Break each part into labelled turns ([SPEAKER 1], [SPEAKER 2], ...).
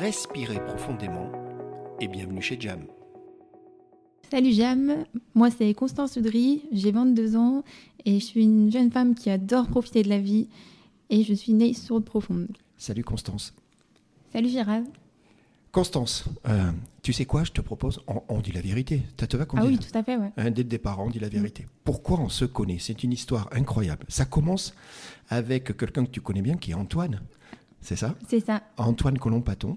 [SPEAKER 1] respirez profondément et bienvenue chez Jam.
[SPEAKER 2] Salut Jam, moi c'est Constance Udry, j'ai 22 ans et je suis une jeune femme qui adore profiter de la vie et je suis née sourde profonde.
[SPEAKER 1] Salut Constance.
[SPEAKER 2] Salut Ah Gérald.
[SPEAKER 1] Constance, euh, tu sais quoi, je te propose, on, on dit la vérité. Ça te va qu'on
[SPEAKER 2] Ah
[SPEAKER 1] dise
[SPEAKER 2] oui, Mm. tout à fait, ouais.
[SPEAKER 1] Hein, dès le départ, on dit la vérité. Pourquoi on se connaît C'est une histoire incroyable. Ça commence avec quelqu'un que tu connais bien, qui est Antoine. C'est ça
[SPEAKER 2] C'est ça.
[SPEAKER 1] Antoine Colomb-Paton,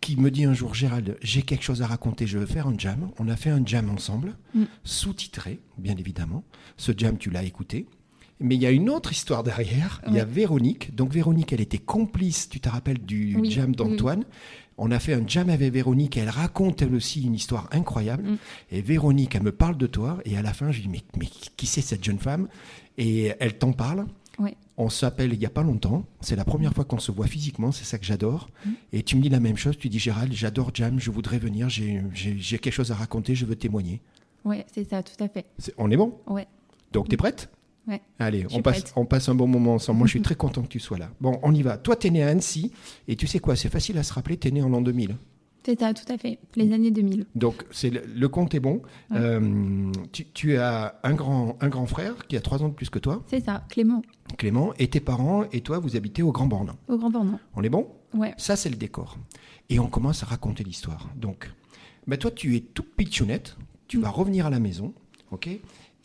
[SPEAKER 1] qui me dit un jour, Gérald, j'ai quelque chose à raconter, je veux faire un jam. On a fait un jam ensemble,
[SPEAKER 2] Mm.
[SPEAKER 1] sous-titré, bien évidemment. Ce jam, tu l'as écouté. Mais il y a une autre histoire derrière. Il y a
[SPEAKER 2] Ouais.
[SPEAKER 1] Véronique. Donc Véronique, elle était complice, tu te rappelles, du
[SPEAKER 2] Oui,
[SPEAKER 1] jam d'Antoine. On a fait un jam avec Véronique. Elle raconte, elle aussi, une histoire incroyable.
[SPEAKER 2] Mm.
[SPEAKER 1] Et Véronique, elle me parle de toi. Et à la fin, je dis, mais, mais qui c'est cette jeune femme Et elle t'en parle.
[SPEAKER 2] Ouais.
[SPEAKER 1] On s'appelle il n'y a pas longtemps. C'est la première fois qu'on se voit physiquement. C'est ça que j'adore.
[SPEAKER 2] Mm.
[SPEAKER 1] Et tu me dis la même chose. Tu dis, Gérald, j'adore Jam. Je voudrais venir. J'ai j'ai- j'ai quelque chose à raconter. Je veux témoigner.
[SPEAKER 2] Ouais, c'est ça, tout à fait.
[SPEAKER 1] C'est- on est bon
[SPEAKER 2] Ouais.
[SPEAKER 1] Donc, t'es prête
[SPEAKER 2] Ouais.
[SPEAKER 1] Allez,
[SPEAKER 2] Je suis
[SPEAKER 1] on passe,
[SPEAKER 2] prête.
[SPEAKER 1] on passe un bon moment ensemble. Moi, je suis très content que tu sois là. Bon, on y va. Toi, t'es né à Annecy. Et tu sais quoi C'est facile à se rappeler. T'es né en l'an 2000.
[SPEAKER 2] C'est ça, tout à fait. Les années 2000.
[SPEAKER 1] Donc, c'est le, le compte est bon.
[SPEAKER 2] Ouais.
[SPEAKER 1] Euh, tu, tu as un grand, un grand frère qui a trois ans de plus que toi,
[SPEAKER 2] C'est ça, Clément,
[SPEAKER 1] Clément, et tes parents et toi, vous habitez au Grand Borne.
[SPEAKER 2] au Grand Bornand.
[SPEAKER 1] On est bon
[SPEAKER 2] Ouais.
[SPEAKER 1] Ça, c'est le décor. Et on commence à raconter l'histoire. Donc, bah, toi, tu es toute pitchounette. Tu vas revenir à la maison, ok Et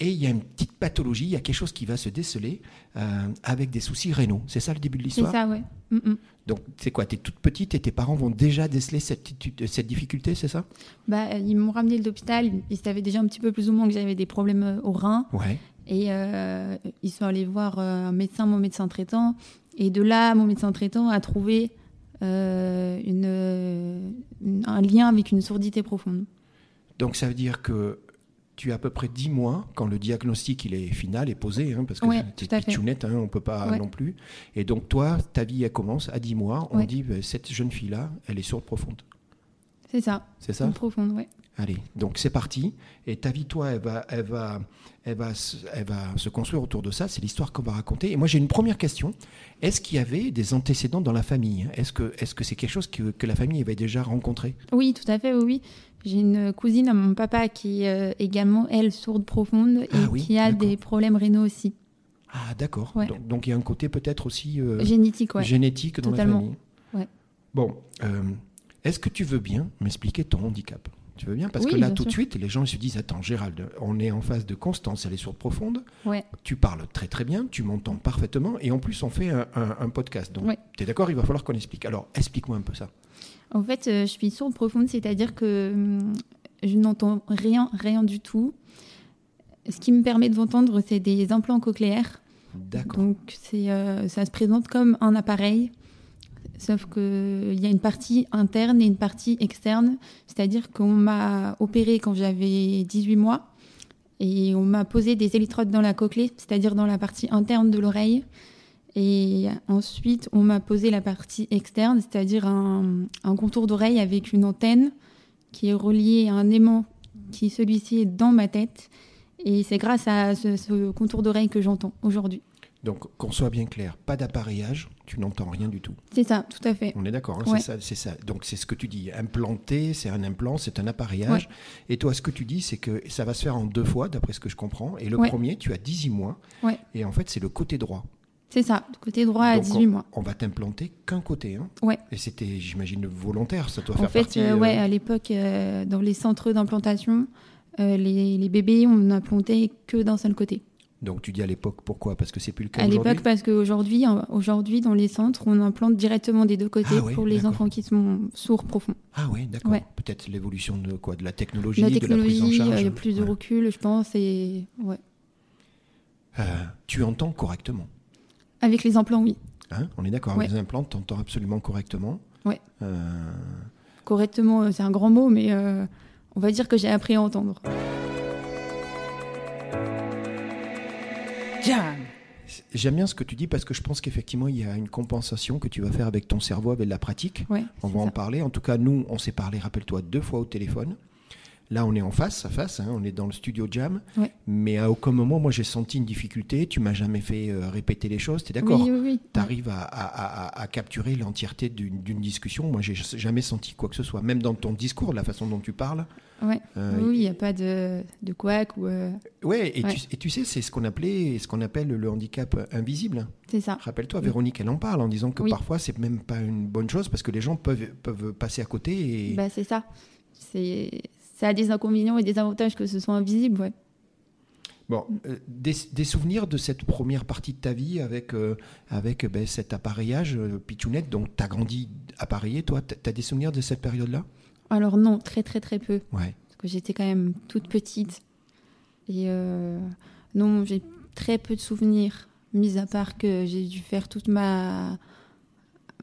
[SPEAKER 1] il y a une petite pathologie, il y a quelque chose qui va se déceler euh, avec des soucis rénaux. C'est ça le début de
[SPEAKER 2] C'est
[SPEAKER 1] l'histoire
[SPEAKER 2] ça, ouais. Mm, mm.
[SPEAKER 1] Donc, c'est quoi Tu es toute petite et tes parents vont déjà déceler cette, petite- cette difficulté, c'est ça
[SPEAKER 2] Bah, euh, ils m'ont ramené de l'hôpital. Ils savaient déjà un petit peu plus ou moins que j'avais des problèmes euh, au rein.
[SPEAKER 1] Ouais.
[SPEAKER 2] Et euh, ils sont allés voir euh, un médecin, mon médecin traitant. Et de là, mon médecin traitant a trouvé euh, une, euh, une- un lien avec une sourdité profonde.
[SPEAKER 1] Donc ça veut dire que tu as à peu près 10 mois quand le diagnostic il est final et posé, hein, parce que
[SPEAKER 2] Ouais,
[SPEAKER 1] tu es
[SPEAKER 2] tout à fait.
[SPEAKER 1] pitchounette, hein, on ne peut pas
[SPEAKER 2] Ouais.
[SPEAKER 1] non plus. Et donc toi, ta vie elle commence à 10 mois, on
[SPEAKER 2] Ouais.
[SPEAKER 1] dit bah, cette jeune fille-là, elle est sourde profonde.
[SPEAKER 2] C'est ça,
[SPEAKER 1] C'est ça
[SPEAKER 2] une profonde, ouais.
[SPEAKER 1] Allez, donc c'est parti. Et ta vie, toi, elle va, elle, va, elle, va, se- elle va se construire autour de ça. C'est l'histoire qu'on va raconter. Et moi, j'ai une première question. Est-ce qu'il y avait des antécédents dans la famille Est-ce que est-ce que c'est quelque chose que, que la famille avait déjà rencontré
[SPEAKER 2] Oui, tout à fait, oui. oui. J'ai une cousine à mon papa qui est euh, également, elle, sourde profonde et
[SPEAKER 1] Ah oui,
[SPEAKER 2] qui a
[SPEAKER 1] d'accord.
[SPEAKER 2] des problèmes rénaux aussi,
[SPEAKER 1] Ah, d'accord.
[SPEAKER 2] Ouais.
[SPEAKER 1] Donc, donc il y a un côté peut-être aussi... euh,
[SPEAKER 2] génétiques, ouais.
[SPEAKER 1] génétique dans
[SPEAKER 2] Totalement.
[SPEAKER 1] la famille.
[SPEAKER 2] Ouais.
[SPEAKER 1] Bon, euh, est-ce que tu veux bien m'expliquer ton handicap Tu veux bien Parce
[SPEAKER 2] Oui,
[SPEAKER 1] que là,
[SPEAKER 2] bien
[SPEAKER 1] tout de
[SPEAKER 2] sûr.
[SPEAKER 1] suite, les gens ils se disent Attends, Gérald, on est en face de Constance, elle est sourde profonde.
[SPEAKER 2] Ouais.
[SPEAKER 1] Tu parles très très bien, tu m'entends parfaitement, et en plus, on fait un, un- un podcast. Donc,
[SPEAKER 2] Ouais.
[SPEAKER 1] tu es d'accord Il va falloir qu'on explique. Alors, explique-moi un peu ça.
[SPEAKER 2] En fait, euh, je suis sourde profonde, c'est-à-dire que hum, je n'entends rien, rien du tout. Ce qui me permet de m'entendre, c'est des implants cochléaires.
[SPEAKER 1] D'accord.
[SPEAKER 2] Donc, c'est, euh, ça se présente comme un appareil, sauf qu'il y a une partie interne et une partie externe. C'est-à-dire qu'on m'a opéré quand j'avais 18 mois et on m'a posé des électrodes dans la cochlée, c'est-à-dire dans la partie interne de l'oreille. Et ensuite, on m'a posé la partie externe, c'est-à-dire un, un contour d'oreille avec une antenne qui est reliée à un aimant qui, celui-ci, est dans ma tête. Et c'est grâce à ce, ce contour d'oreille que j'entends aujourd'hui.
[SPEAKER 1] Donc, qu'on soit bien clair, pas d'appareillage, tu n'entends rien du tout.
[SPEAKER 2] C'est ça, tout à fait.
[SPEAKER 1] On est d'accord, hein,
[SPEAKER 2] Ouais.
[SPEAKER 1] c'est ça, c'est ça. Donc c'est ce que tu dis, implanter, c'est un implant, c'est un appareillage. Et toi, ce que tu dis, c'est que ça va se faire en deux fois, d'après ce que je comprends. Et le
[SPEAKER 2] Ouais.
[SPEAKER 1] premier, tu as 18 mois.
[SPEAKER 2] Ouais.
[SPEAKER 1] Et en fait, c'est le côté droit.
[SPEAKER 2] C'est ça, du côté droit à
[SPEAKER 1] Donc,
[SPEAKER 2] 18
[SPEAKER 1] on,
[SPEAKER 2] mois.
[SPEAKER 1] On va t'implanter qu'un côté. hein.
[SPEAKER 2] Ouais.
[SPEAKER 1] Et c'était, j'imagine, volontaire, ça doit
[SPEAKER 2] En
[SPEAKER 1] faire
[SPEAKER 2] fait,
[SPEAKER 1] partie.
[SPEAKER 2] euh,
[SPEAKER 1] euh,
[SPEAKER 2] ouais, à l'époque, euh, dans les centres d'implantation, euh, les, les bébés, on n'implantait que d'un seul côté.
[SPEAKER 1] Donc tu dis à l'époque, pourquoi Parce que c'est plus le cas
[SPEAKER 2] À
[SPEAKER 1] aujourd'hui.
[SPEAKER 2] l'époque, parce qu'aujourd'hui, en- aujourd'hui, dans les centres, on implante directement des deux côtés
[SPEAKER 1] Ah ouais,
[SPEAKER 2] pour les
[SPEAKER 1] d'accord.
[SPEAKER 2] enfants qui sont sourds profonds.
[SPEAKER 1] Ah oui, d'accord.
[SPEAKER 2] Ouais.
[SPEAKER 1] Peut-être l'évolution de quoi De la technologie,
[SPEAKER 2] La
[SPEAKER 1] de la
[SPEAKER 2] technologie,
[SPEAKER 1] prise en
[SPEAKER 2] euh,
[SPEAKER 1] charge. hein.
[SPEAKER 2] il y a plus de
[SPEAKER 1] Ouais.
[SPEAKER 2] recul, je pense, et ouais.
[SPEAKER 1] Euh, tu entends correctement.
[SPEAKER 2] Avec les implants, oui.
[SPEAKER 1] Hein, on est d'accord,
[SPEAKER 2] Ouais.
[SPEAKER 1] les implants, tu entends absolument correctement. Euh,
[SPEAKER 2] Ouais. Correctement, c'est un grand mot, mais euh, on va dire que j'ai appris à entendre.
[SPEAKER 1] Jam J'aime bien ce que tu dis parce que je pense qu'effectivement, il y a une compensation que tu vas faire avec ton cerveau, avec la pratique.
[SPEAKER 2] Ouais,
[SPEAKER 1] on
[SPEAKER 2] c'est
[SPEAKER 1] va en
[SPEAKER 2] ça.
[SPEAKER 1] parler. En tout cas, nous, on s'est parlé, rappelle-toi, deux fois au téléphone. Là, on est en face, à face, hein, on est dans le studio Jam.
[SPEAKER 2] Ouais.
[SPEAKER 1] Mais à aucun moment, moi, j'ai senti une difficulté. Tu m'as jamais fait euh, répéter les choses, tu es d'accord
[SPEAKER 2] Oui, oui, oui.
[SPEAKER 1] Tu arrives à, à- à- à capturer l'entièreté d'une d'une discussion. Moi, j'ai jamais senti quoi que ce soit. Même dans ton discours, la façon dont tu parles,
[SPEAKER 2] Ouais.
[SPEAKER 1] Euh,
[SPEAKER 2] oui, il n'y a pas de, de couac ou. euh,
[SPEAKER 1] Ouais, et,
[SPEAKER 2] Ouais.
[SPEAKER 1] Tu, et tu sais, c'est ce qu'on appelait, ce qu'on appelle le handicap invisible.
[SPEAKER 2] C'est ça.
[SPEAKER 1] Rappelle-toi,
[SPEAKER 2] Oui.
[SPEAKER 1] Véronique, elle en parle en disant que
[SPEAKER 2] Oui.
[SPEAKER 1] parfois c'est même pas une bonne chose parce que les gens peuvent, peuvent passer à côté et
[SPEAKER 2] Bah, c'est ça. C'est ça a des inconvénients et des avantages que ce soit invisible, ouais.
[SPEAKER 1] bon, euh, des, des souvenirs de cette première partie de ta vie avec euh, avec ben, cet appareillage euh, pitchounette donc t'as grandi appareillé toi, T'as- t'as des souvenirs de cette période-là
[SPEAKER 2] Alors non, très très très peu,
[SPEAKER 1] Ouais.
[SPEAKER 2] parce que j'étais quand même toute petite. Et euh, non, j'ai très peu de souvenirs, mis à part que j'ai dû faire toute ma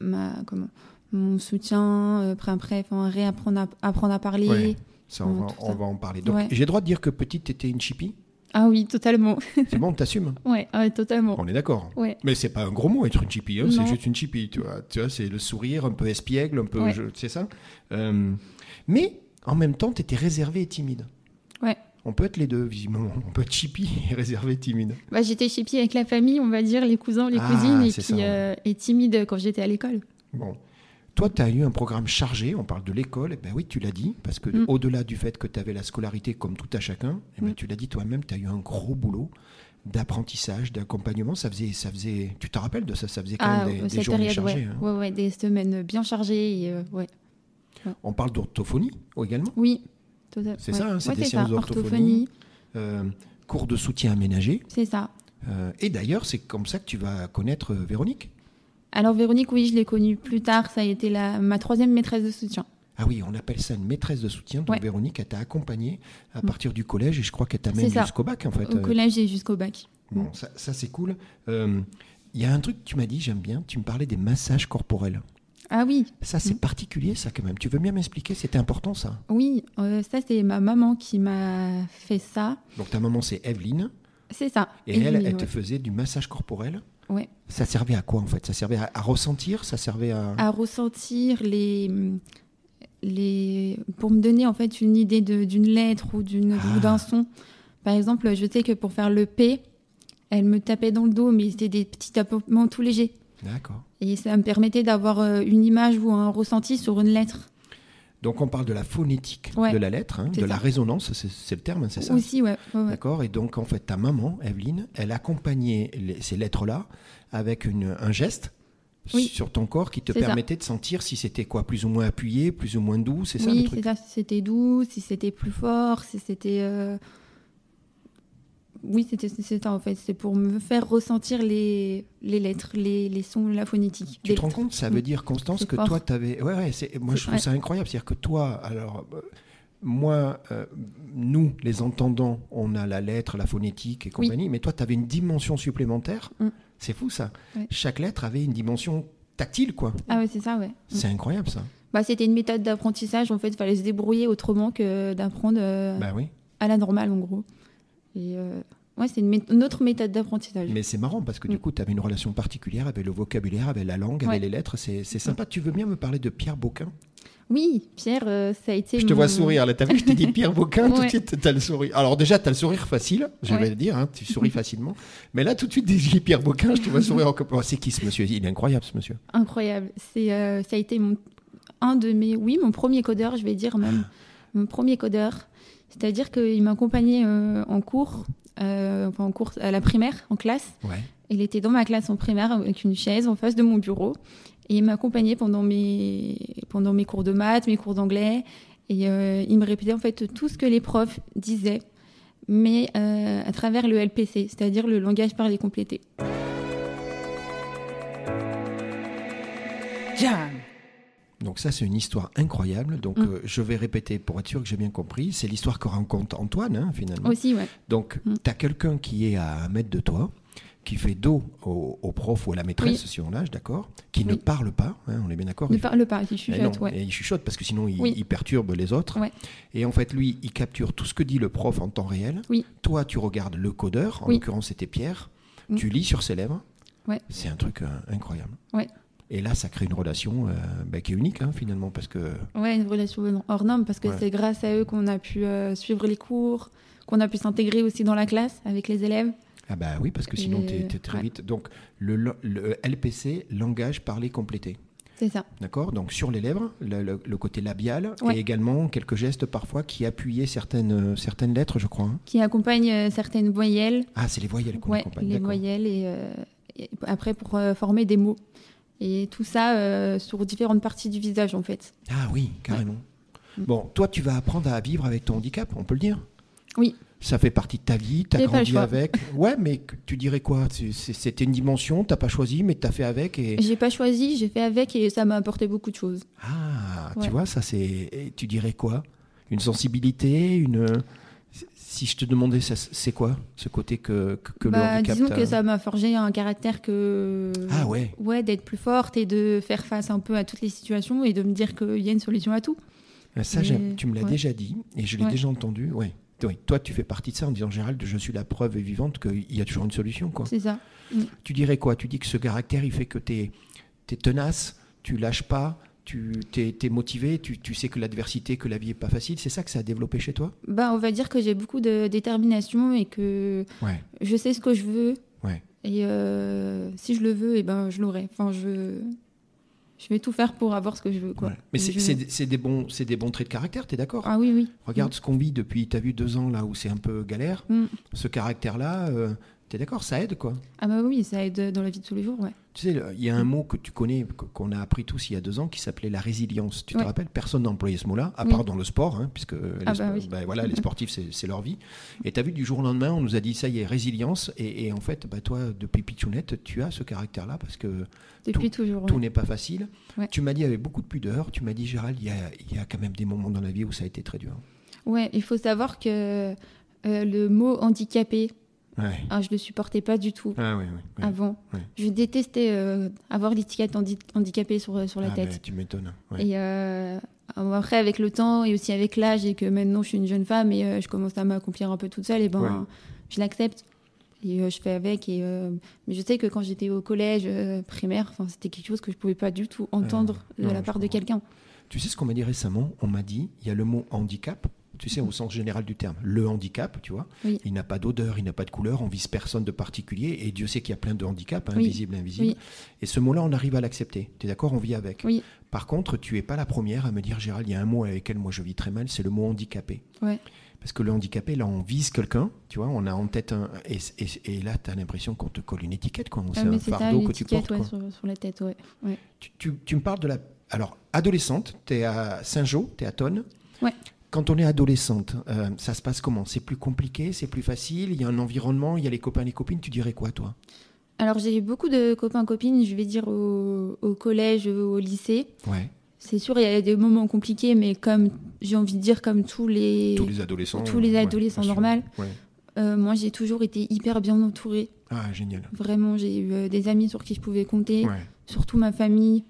[SPEAKER 2] ma comment mon soutien, euh, après, après enfin, réapprendre à, apprendre à parler.
[SPEAKER 1] Ouais. Ça, on,
[SPEAKER 2] Ouais,
[SPEAKER 1] va,
[SPEAKER 2] Mm, tout
[SPEAKER 1] on
[SPEAKER 2] ça.
[SPEAKER 1] va en parler. Donc,
[SPEAKER 2] Ouais.
[SPEAKER 1] j'ai le droit de dire que petite, t'étais une chippie
[SPEAKER 2] Ah oui, totalement.
[SPEAKER 1] C'est bon, t'assumes
[SPEAKER 2] ouais, ouais, totalement.
[SPEAKER 1] On est d'accord.
[SPEAKER 2] Ouais.
[SPEAKER 1] Mais c'est pas un gros mot être une chipie, hein, c'est
[SPEAKER 2] Non.
[SPEAKER 1] juste une chipie, tu vois. Tu vois, c'est le sourire un peu espiègle, un peu,
[SPEAKER 2] Ouais.
[SPEAKER 1] je- c'est ça. Euh, mais en même temps, tu étais réservé et timide.
[SPEAKER 2] Ouais.
[SPEAKER 1] On peut être les deux, visiblement. On peut être chipie et réservé et timide.
[SPEAKER 2] Bah, j'étais chez pied avec la famille, on va dire, les cousins, les
[SPEAKER 1] Ah,
[SPEAKER 2] cousines, et
[SPEAKER 1] c'est
[SPEAKER 2] puis
[SPEAKER 1] ça, ouais.
[SPEAKER 2] euh, et timide quand j'étais à l'école.
[SPEAKER 1] Bon. Toi, tu as eu un programme chargé, on parle de l'école, et ben oui, tu l'as dit, parce que
[SPEAKER 2] Mm.
[SPEAKER 1] au-delà du fait que tu avais la scolarité comme tout à chacun, eh ben,
[SPEAKER 2] Mm.
[SPEAKER 1] tu l'as dit toi-même, tu as eu un gros boulot d'apprentissage, d'accompagnement, ça faisait, ça faisait, tu te rappelles de ça, ça faisait quand
[SPEAKER 2] Ah,
[SPEAKER 1] même des, des
[SPEAKER 2] cette
[SPEAKER 1] journées
[SPEAKER 2] période,
[SPEAKER 1] chargées.
[SPEAKER 2] ouais.
[SPEAKER 1] hein.
[SPEAKER 2] Ouais, ouais, des semaines bien chargées. et, euh, ouais.
[SPEAKER 1] On parle d'orthophonie oh, également
[SPEAKER 2] Oui, total-
[SPEAKER 1] C'est
[SPEAKER 2] ouais.
[SPEAKER 1] ça, hein, c'est
[SPEAKER 2] Ouais,
[SPEAKER 1] des
[SPEAKER 2] c'est
[SPEAKER 1] séances
[SPEAKER 2] ça,
[SPEAKER 1] d'orthophonie. euh, cours de soutien aménagé.
[SPEAKER 2] C'est ça.
[SPEAKER 1] Euh, et d'ailleurs, c'est comme ça que tu vas connaître euh, Véronique.
[SPEAKER 2] Alors, Véronique, oui, je l'ai connue plus tard. Ça a été la, ma troisième maîtresse de soutien.
[SPEAKER 1] Ah oui, on appelle ça une maîtresse de soutien. Donc
[SPEAKER 2] Ouais. Mm.
[SPEAKER 1] Véronique, elle t'a accompagnée à partir du collège et je crois qu'elle t'a
[SPEAKER 2] C'est
[SPEAKER 1] même
[SPEAKER 2] ça.
[SPEAKER 1] jusqu'au bac en fait.
[SPEAKER 2] Au
[SPEAKER 1] Euh,
[SPEAKER 2] collège et jusqu'au bac.
[SPEAKER 1] bon, ça, ça, c'est cool. Euh, Il y a un truc que tu m'as dit, j'aime bien, tu me parlais des massages corporels.
[SPEAKER 2] Ah oui,
[SPEAKER 1] Ça c'est particulier ça quand même. Tu veux bien m'expliquer C'était important ça.
[SPEAKER 2] oui, euh, ça, c'est ma maman qui m'a fait ça.
[SPEAKER 1] Donc ta maman c'est Evelyne
[SPEAKER 2] C'est ça.
[SPEAKER 1] et, elle,
[SPEAKER 2] oui,
[SPEAKER 1] elle te
[SPEAKER 2] ouais.
[SPEAKER 1] faisait du massage corporel.
[SPEAKER 2] Ouais.
[SPEAKER 1] Ça servait à quoi en fait Ça servait à, à ressentir Ça servait à...
[SPEAKER 2] À ressentir les. les pour me donner en fait une idée de- d'une lettre ou d'une-
[SPEAKER 1] Ah.
[SPEAKER 2] ou d'un son. Par exemple, je sais que pour faire le P, elle me tapait dans le dos, mais c'était des petits tapements tout légers.
[SPEAKER 1] D'accord.
[SPEAKER 2] Et ça me permettait d'avoir euh, une image ou un ressenti sur une lettre.
[SPEAKER 1] Donc on parle de la phonétique
[SPEAKER 2] Ouais,
[SPEAKER 1] de la lettre, hein, de
[SPEAKER 2] c'est
[SPEAKER 1] la
[SPEAKER 2] ça.
[SPEAKER 1] résonance, c'est- c'est le terme, hein, c'est ça
[SPEAKER 2] Aussi, ouais. ouais, ouais.
[SPEAKER 1] D'accord. Et donc en fait, ta maman, Evelyne, elle accompagnait les- ces lettres-là avec une- un geste
[SPEAKER 2] Oui.
[SPEAKER 1] sur ton corps qui te
[SPEAKER 2] C'est ça.
[SPEAKER 1] permettait de sentir si c'était quoi, plus ou moins appuyé, plus ou moins doux, c'est ça le
[SPEAKER 2] oui, c'est
[SPEAKER 1] truc
[SPEAKER 2] ça. Si c'était doux, si c'était plus fort, si c'était. euh, Oui, c'était c'est ça en fait. C'est pour me faire ressentir les, les lettres, les, les sons, la phonétique.
[SPEAKER 1] Tu
[SPEAKER 2] des
[SPEAKER 1] te rends
[SPEAKER 2] lettres.
[SPEAKER 1] compte, ça veut
[SPEAKER 2] Mm.
[SPEAKER 1] dire, Constance,
[SPEAKER 2] C'est
[SPEAKER 1] que
[SPEAKER 2] fort.
[SPEAKER 1] toi, tu avais. Ouais, ouais, c'est- moi, je
[SPEAKER 2] C'est-
[SPEAKER 1] trouve
[SPEAKER 2] ouais.
[SPEAKER 1] ça incroyable. C'est-à-dire que toi, alors, euh, moi, euh, nous, les entendants, on a la lettre, la phonétique et compagnie, mais toi, tu avais une dimension supplémentaire.
[SPEAKER 2] Mm.
[SPEAKER 1] C'est fou, ça.
[SPEAKER 2] Ouais.
[SPEAKER 1] Chaque lettre avait une dimension tactile, quoi.
[SPEAKER 2] Ah ouais, c'est ça, ouais.
[SPEAKER 1] C'est incroyable, ça.
[SPEAKER 2] Bah, c'était une méthode d'apprentissage. En fait, il fallait se débrouiller autrement que d'apprendre euh,
[SPEAKER 1] Bah oui.
[SPEAKER 2] à la normale, en gros. Et euh, ouais, c'est une, mé- une autre méthode d'apprentissage.
[SPEAKER 1] Mais c'est marrant parce que du
[SPEAKER 2] Mm.
[SPEAKER 1] coup, tu avais une relation particulière avec le vocabulaire, avec la langue,
[SPEAKER 2] Ouais. Mm.
[SPEAKER 1] avec les lettres. C'est c'est sympa. Tu veux bien me parler de Pierre Bocquin
[SPEAKER 2] Oui, Pierre, euh, ça a été.
[SPEAKER 1] Je te vois
[SPEAKER 2] mon-
[SPEAKER 1] sourire. Là, t'as vu, je t'ai dit Pierre Bocquin. Tout de
[SPEAKER 2] Ouais.
[SPEAKER 1] suite, t'as le sourire. Alors, déjà, t'as le sourire facile, je vais
[SPEAKER 2] Ouais.
[SPEAKER 1] le dire. hein, tu souris facilement. Mais là, tout de suite, dès que j'ai dit Pierre Bocquin, je te vois sourire encore. Oh, c'est qui ce monsieur Il est incroyable, ce monsieur.
[SPEAKER 2] Incroyable. C'est, euh, ça a été mon, un de mes, oui, mon premier codeur, je vais dire même, mon premier codeur. C'est-à-dire qu'il m'accompagnait euh, en cours, euh, enfin en cours à la primaire, en classe.
[SPEAKER 1] Ouais.
[SPEAKER 2] Il était dans ma classe en primaire avec une chaise en face de mon bureau et il m'accompagnait pendant mes, pendant mes cours de maths, mes cours d'anglais et euh, il me répétait en fait tout ce que les profs disaient, mais euh, à travers le LPC, c'est-à-dire le langage parlé complété.
[SPEAKER 1] Donc ça, c'est une histoire incroyable. Donc
[SPEAKER 2] Mm.
[SPEAKER 1] euh, je vais répéter pour être sûr que j'ai bien compris. C'est l'histoire que rencontre Antoine, hein, finalement.
[SPEAKER 2] Aussi, ouais.
[SPEAKER 1] Donc,
[SPEAKER 2] Mm.
[SPEAKER 1] tu as quelqu'un qui est à un mètre de toi, qui fait dos au, au prof ou à la maîtresse,
[SPEAKER 2] Oui.
[SPEAKER 1] si on lâche, d'accord Qui ne
[SPEAKER 2] Oui.
[SPEAKER 1] parle pas, hein, on est bien d'accord
[SPEAKER 2] Ne
[SPEAKER 1] il-
[SPEAKER 2] parle pas, il
[SPEAKER 1] Eh non,
[SPEAKER 2] chuchote, ouais.
[SPEAKER 1] Et il chuchote parce que sinon il,
[SPEAKER 2] Oui.
[SPEAKER 1] il perturbe les autres.
[SPEAKER 2] Ouais.
[SPEAKER 1] Et en fait, lui, il capture tout ce que dit le prof en temps réel.
[SPEAKER 2] Oui.
[SPEAKER 1] Toi, tu regardes le codeur, en
[SPEAKER 2] Oui.
[SPEAKER 1] l'occurrence c'était Pierre.
[SPEAKER 2] Mm.
[SPEAKER 1] Tu lis sur ses lèvres.
[SPEAKER 2] Ouais.
[SPEAKER 1] C'est un truc euh, incroyable.
[SPEAKER 2] Ouais.
[SPEAKER 1] Et là, ça crée une relation euh, bah, qui est unique hein, finalement parce que
[SPEAKER 2] Ouais, une relation hors norme, parce que
[SPEAKER 1] Ouais.
[SPEAKER 2] c'est grâce à eux qu'on a pu euh, suivre les cours, qu'on a pu s'intégrer aussi dans la classe avec les élèves.
[SPEAKER 1] ah bah oui parce que sinon
[SPEAKER 2] Et-
[SPEAKER 1] t'es t'es très
[SPEAKER 2] ouais.
[SPEAKER 1] vite. Donc le, lo- le LPC, langage parlé complété,
[SPEAKER 2] C'est ça.
[SPEAKER 1] d'accord Donc sur les lèvres, le, le- le côté labial
[SPEAKER 2] Ouais.
[SPEAKER 1] et également quelques gestes parfois qui appuyaient certaines euh, certaines lettres, je crois. hein.
[SPEAKER 2] Qui accompagne euh, certaines voyelles.
[SPEAKER 1] Ah, c'est les voyelles qu'on
[SPEAKER 2] Ouais,
[SPEAKER 1] accompagne.
[SPEAKER 2] les
[SPEAKER 1] d'accord.
[SPEAKER 2] voyelles et, euh, et après pour euh, former des mots. Et tout ça euh, sur différentes parties du visage en fait.
[SPEAKER 1] Ah oui, carrément.
[SPEAKER 2] Mm.
[SPEAKER 1] Bon, toi, tu vas apprendre à vivre avec ton handicap, on peut le dire
[SPEAKER 2] Oui.
[SPEAKER 1] Ça fait partie de ta vie, t'as
[SPEAKER 2] J'ai pas le
[SPEAKER 1] grandi
[SPEAKER 2] choix.
[SPEAKER 1] avec. Ouais, mais que- tu dirais quoi C'est- c'est- C'était une dimension, t'as pas choisi, mais t'as fait avec. Et...
[SPEAKER 2] J'ai pas choisi, j'ai fait avec et ça m'a apporté beaucoup de choses.
[SPEAKER 1] Ah,
[SPEAKER 2] Ouais.
[SPEAKER 1] tu vois, ça c'est... et Tu dirais quoi Une sensibilité une... Si je te demandais, ça, c'est quoi ce côté que, que, que le
[SPEAKER 2] Bah,
[SPEAKER 1] handicap
[SPEAKER 2] disons
[SPEAKER 1] t'a-
[SPEAKER 2] que ça m'a forgé un caractère que.
[SPEAKER 1] Ah ouais.
[SPEAKER 2] Ouais, d'être plus forte et de faire face un peu à toutes les situations et de me dire qu'il y a une solution à tout.
[SPEAKER 1] Ça, j'aime.
[SPEAKER 2] Mais-
[SPEAKER 1] tu me l'as
[SPEAKER 2] ouais.
[SPEAKER 1] déjà dit et je l'ai
[SPEAKER 2] Ouais.
[SPEAKER 1] déjà entendu. Ouais. Oui. Toi, tu fais partie de ça en disant, Gérald, je suis la preuve vivante qu'il y a toujours une solution. Quoi.
[SPEAKER 2] C'est ça.
[SPEAKER 1] Tu dirais quoi Tu dis que ce caractère, il fait que tu es, tenace, tu lâches pas, tu es, motivé, tu, tu sais que l'adversité, que la vie est pas facile. C'est ça que ça a développé chez toi
[SPEAKER 2] Bah, on va dire que j'ai beaucoup de détermination et que
[SPEAKER 1] Ouais.
[SPEAKER 2] je sais ce que je veux.
[SPEAKER 1] Ouais.
[SPEAKER 2] Et euh, si je le veux, et ben, je l'aurai. Enfin, je... je vais tout faire pour avoir ce que je veux. Quoi.
[SPEAKER 1] Mais
[SPEAKER 2] Et
[SPEAKER 1] c'est
[SPEAKER 2] je-
[SPEAKER 1] c'est- c'est des, bons- c'est des bons traits de caractère, tu es d'accord
[SPEAKER 2] Ah oui, oui.
[SPEAKER 1] Regarde ce qu'on vit depuis, tu as vu deux ans là où c'est un peu galère.
[SPEAKER 2] Mm.
[SPEAKER 1] Ce caractère-là, tu es d'accord Ça aide quoi
[SPEAKER 2] Ah bah oui, ça aide dans la vie de tous les jours, ouais.
[SPEAKER 1] Tu sais, le- il y a un mot que tu connais, que- qu'on a appris tous il y a deux ans, qui s'appelait la résilience. Tu te
[SPEAKER 2] Ouais.
[SPEAKER 1] rappelles Personne n'a employé ce mot-là, à
[SPEAKER 2] Oui.
[SPEAKER 1] part dans le sport, hein, puisque les,
[SPEAKER 2] Ah bah
[SPEAKER 1] spo-
[SPEAKER 2] oui.
[SPEAKER 1] bah voilà, les sportifs, c'est c'est leur vie. Et tu as vu, du jour au lendemain, on nous a dit, ça y est, résilience. Et, et en fait, bah, toi, depuis Pichounette, tu as ce caractère-là, parce que
[SPEAKER 2] Depuis toujours.
[SPEAKER 1] tout
[SPEAKER 2] ouais.
[SPEAKER 1] n'est pas facile.
[SPEAKER 2] Ouais.
[SPEAKER 1] Tu m'as dit avec beaucoup de pudeur, tu m'as dit, Gérald, il y a, il y a quand même des moments dans la vie où ça a été très dur.
[SPEAKER 2] Ouais, il faut savoir que euh, le mot handicapé,
[SPEAKER 1] Ouais.
[SPEAKER 2] ah, je le supportais pas du tout
[SPEAKER 1] Ah oui, oui. oui.
[SPEAKER 2] avant.
[SPEAKER 1] Ouais.
[SPEAKER 2] Je détestais euh, avoir l'étiquette handi- handicapé sur, euh, sur la
[SPEAKER 1] Ah,
[SPEAKER 2] tête.
[SPEAKER 1] mais tu m'étonnes. ouais.
[SPEAKER 2] Et euh, après, avec le temps et aussi avec l'âge, et que maintenant je suis une jeune femme et euh, je commence à m'accomplir un peu toute seule, et ben
[SPEAKER 1] Ouais.
[SPEAKER 2] je l'accepte et euh, je fais avec. Et euh, mais je sais que quand j'étais au collège euh, primaire, enfin, c'était quelque chose que je pouvais pas du tout entendre de
[SPEAKER 1] Euh, non,
[SPEAKER 2] la
[SPEAKER 1] je
[SPEAKER 2] part de
[SPEAKER 1] comprends.
[SPEAKER 2] quelqu'un.
[SPEAKER 1] Tu sais ce qu'on m'a dit récemment On m'a dit, il y a le mot handicap, tu sais, au sens général du terme, le handicap, tu vois.
[SPEAKER 2] Oui.
[SPEAKER 1] Il n'a pas d'odeur, il n'a pas de couleur, on vise personne de particulier, et Dieu sait qu'il y a plein de handicaps, hein,
[SPEAKER 2] Oui.
[SPEAKER 1] visibles et invisibles.
[SPEAKER 2] Oui.
[SPEAKER 1] Et ce mot-là, on arrive à l'accepter. Tu es d'accord On vit avec.
[SPEAKER 2] Oui.
[SPEAKER 1] Par contre, tu n'es pas la première à me dire, Gérald, il y a un mot avec lequel moi je vis très mal, c'est le mot handicapé.
[SPEAKER 2] Ouais.
[SPEAKER 1] Parce que le handicapé, là, on vise quelqu'un, tu vois, on a en tête un. Et, et- et là, tu as l'impression qu'on te colle une étiquette, quoi. C'est
[SPEAKER 2] Ah, mais
[SPEAKER 1] un
[SPEAKER 2] c'est ça,
[SPEAKER 1] fardeau que tu
[SPEAKER 2] l'étiquette,
[SPEAKER 1] portes.
[SPEAKER 2] ouais,
[SPEAKER 1] quoi.
[SPEAKER 2] sur, sur la tête, ouais. Ouais.
[SPEAKER 1] Tu, tu- tu me parles de la. Alors, adolescente, tu es à Saint-Jean, tu es à Tonne.
[SPEAKER 2] Ouais.
[SPEAKER 1] Quand on est adolescente, euh, ça se passe comment C'est plus compliqué, c'est plus facile, il y a un environnement, il y a les copains, les copines, tu dirais quoi toi
[SPEAKER 2] Alors j'ai eu beaucoup de copains, copines, je vais dire au, au collège, au lycée.
[SPEAKER 1] Ouais.
[SPEAKER 2] C'est sûr, il y a des moments compliqués, mais comme j'ai envie de dire, comme tous les.
[SPEAKER 1] Tous les adolescents.
[SPEAKER 2] tous les
[SPEAKER 1] ouais,
[SPEAKER 2] adolescents,
[SPEAKER 1] bien sûr.
[SPEAKER 2] normal.
[SPEAKER 1] Ouais.
[SPEAKER 2] Euh, moi, j'ai toujours été hyper bien entourée.
[SPEAKER 1] Ah, génial.
[SPEAKER 2] Vraiment, j'ai eu euh, des amis sur qui je pouvais compter,
[SPEAKER 1] Ouais.
[SPEAKER 2] surtout ma famille.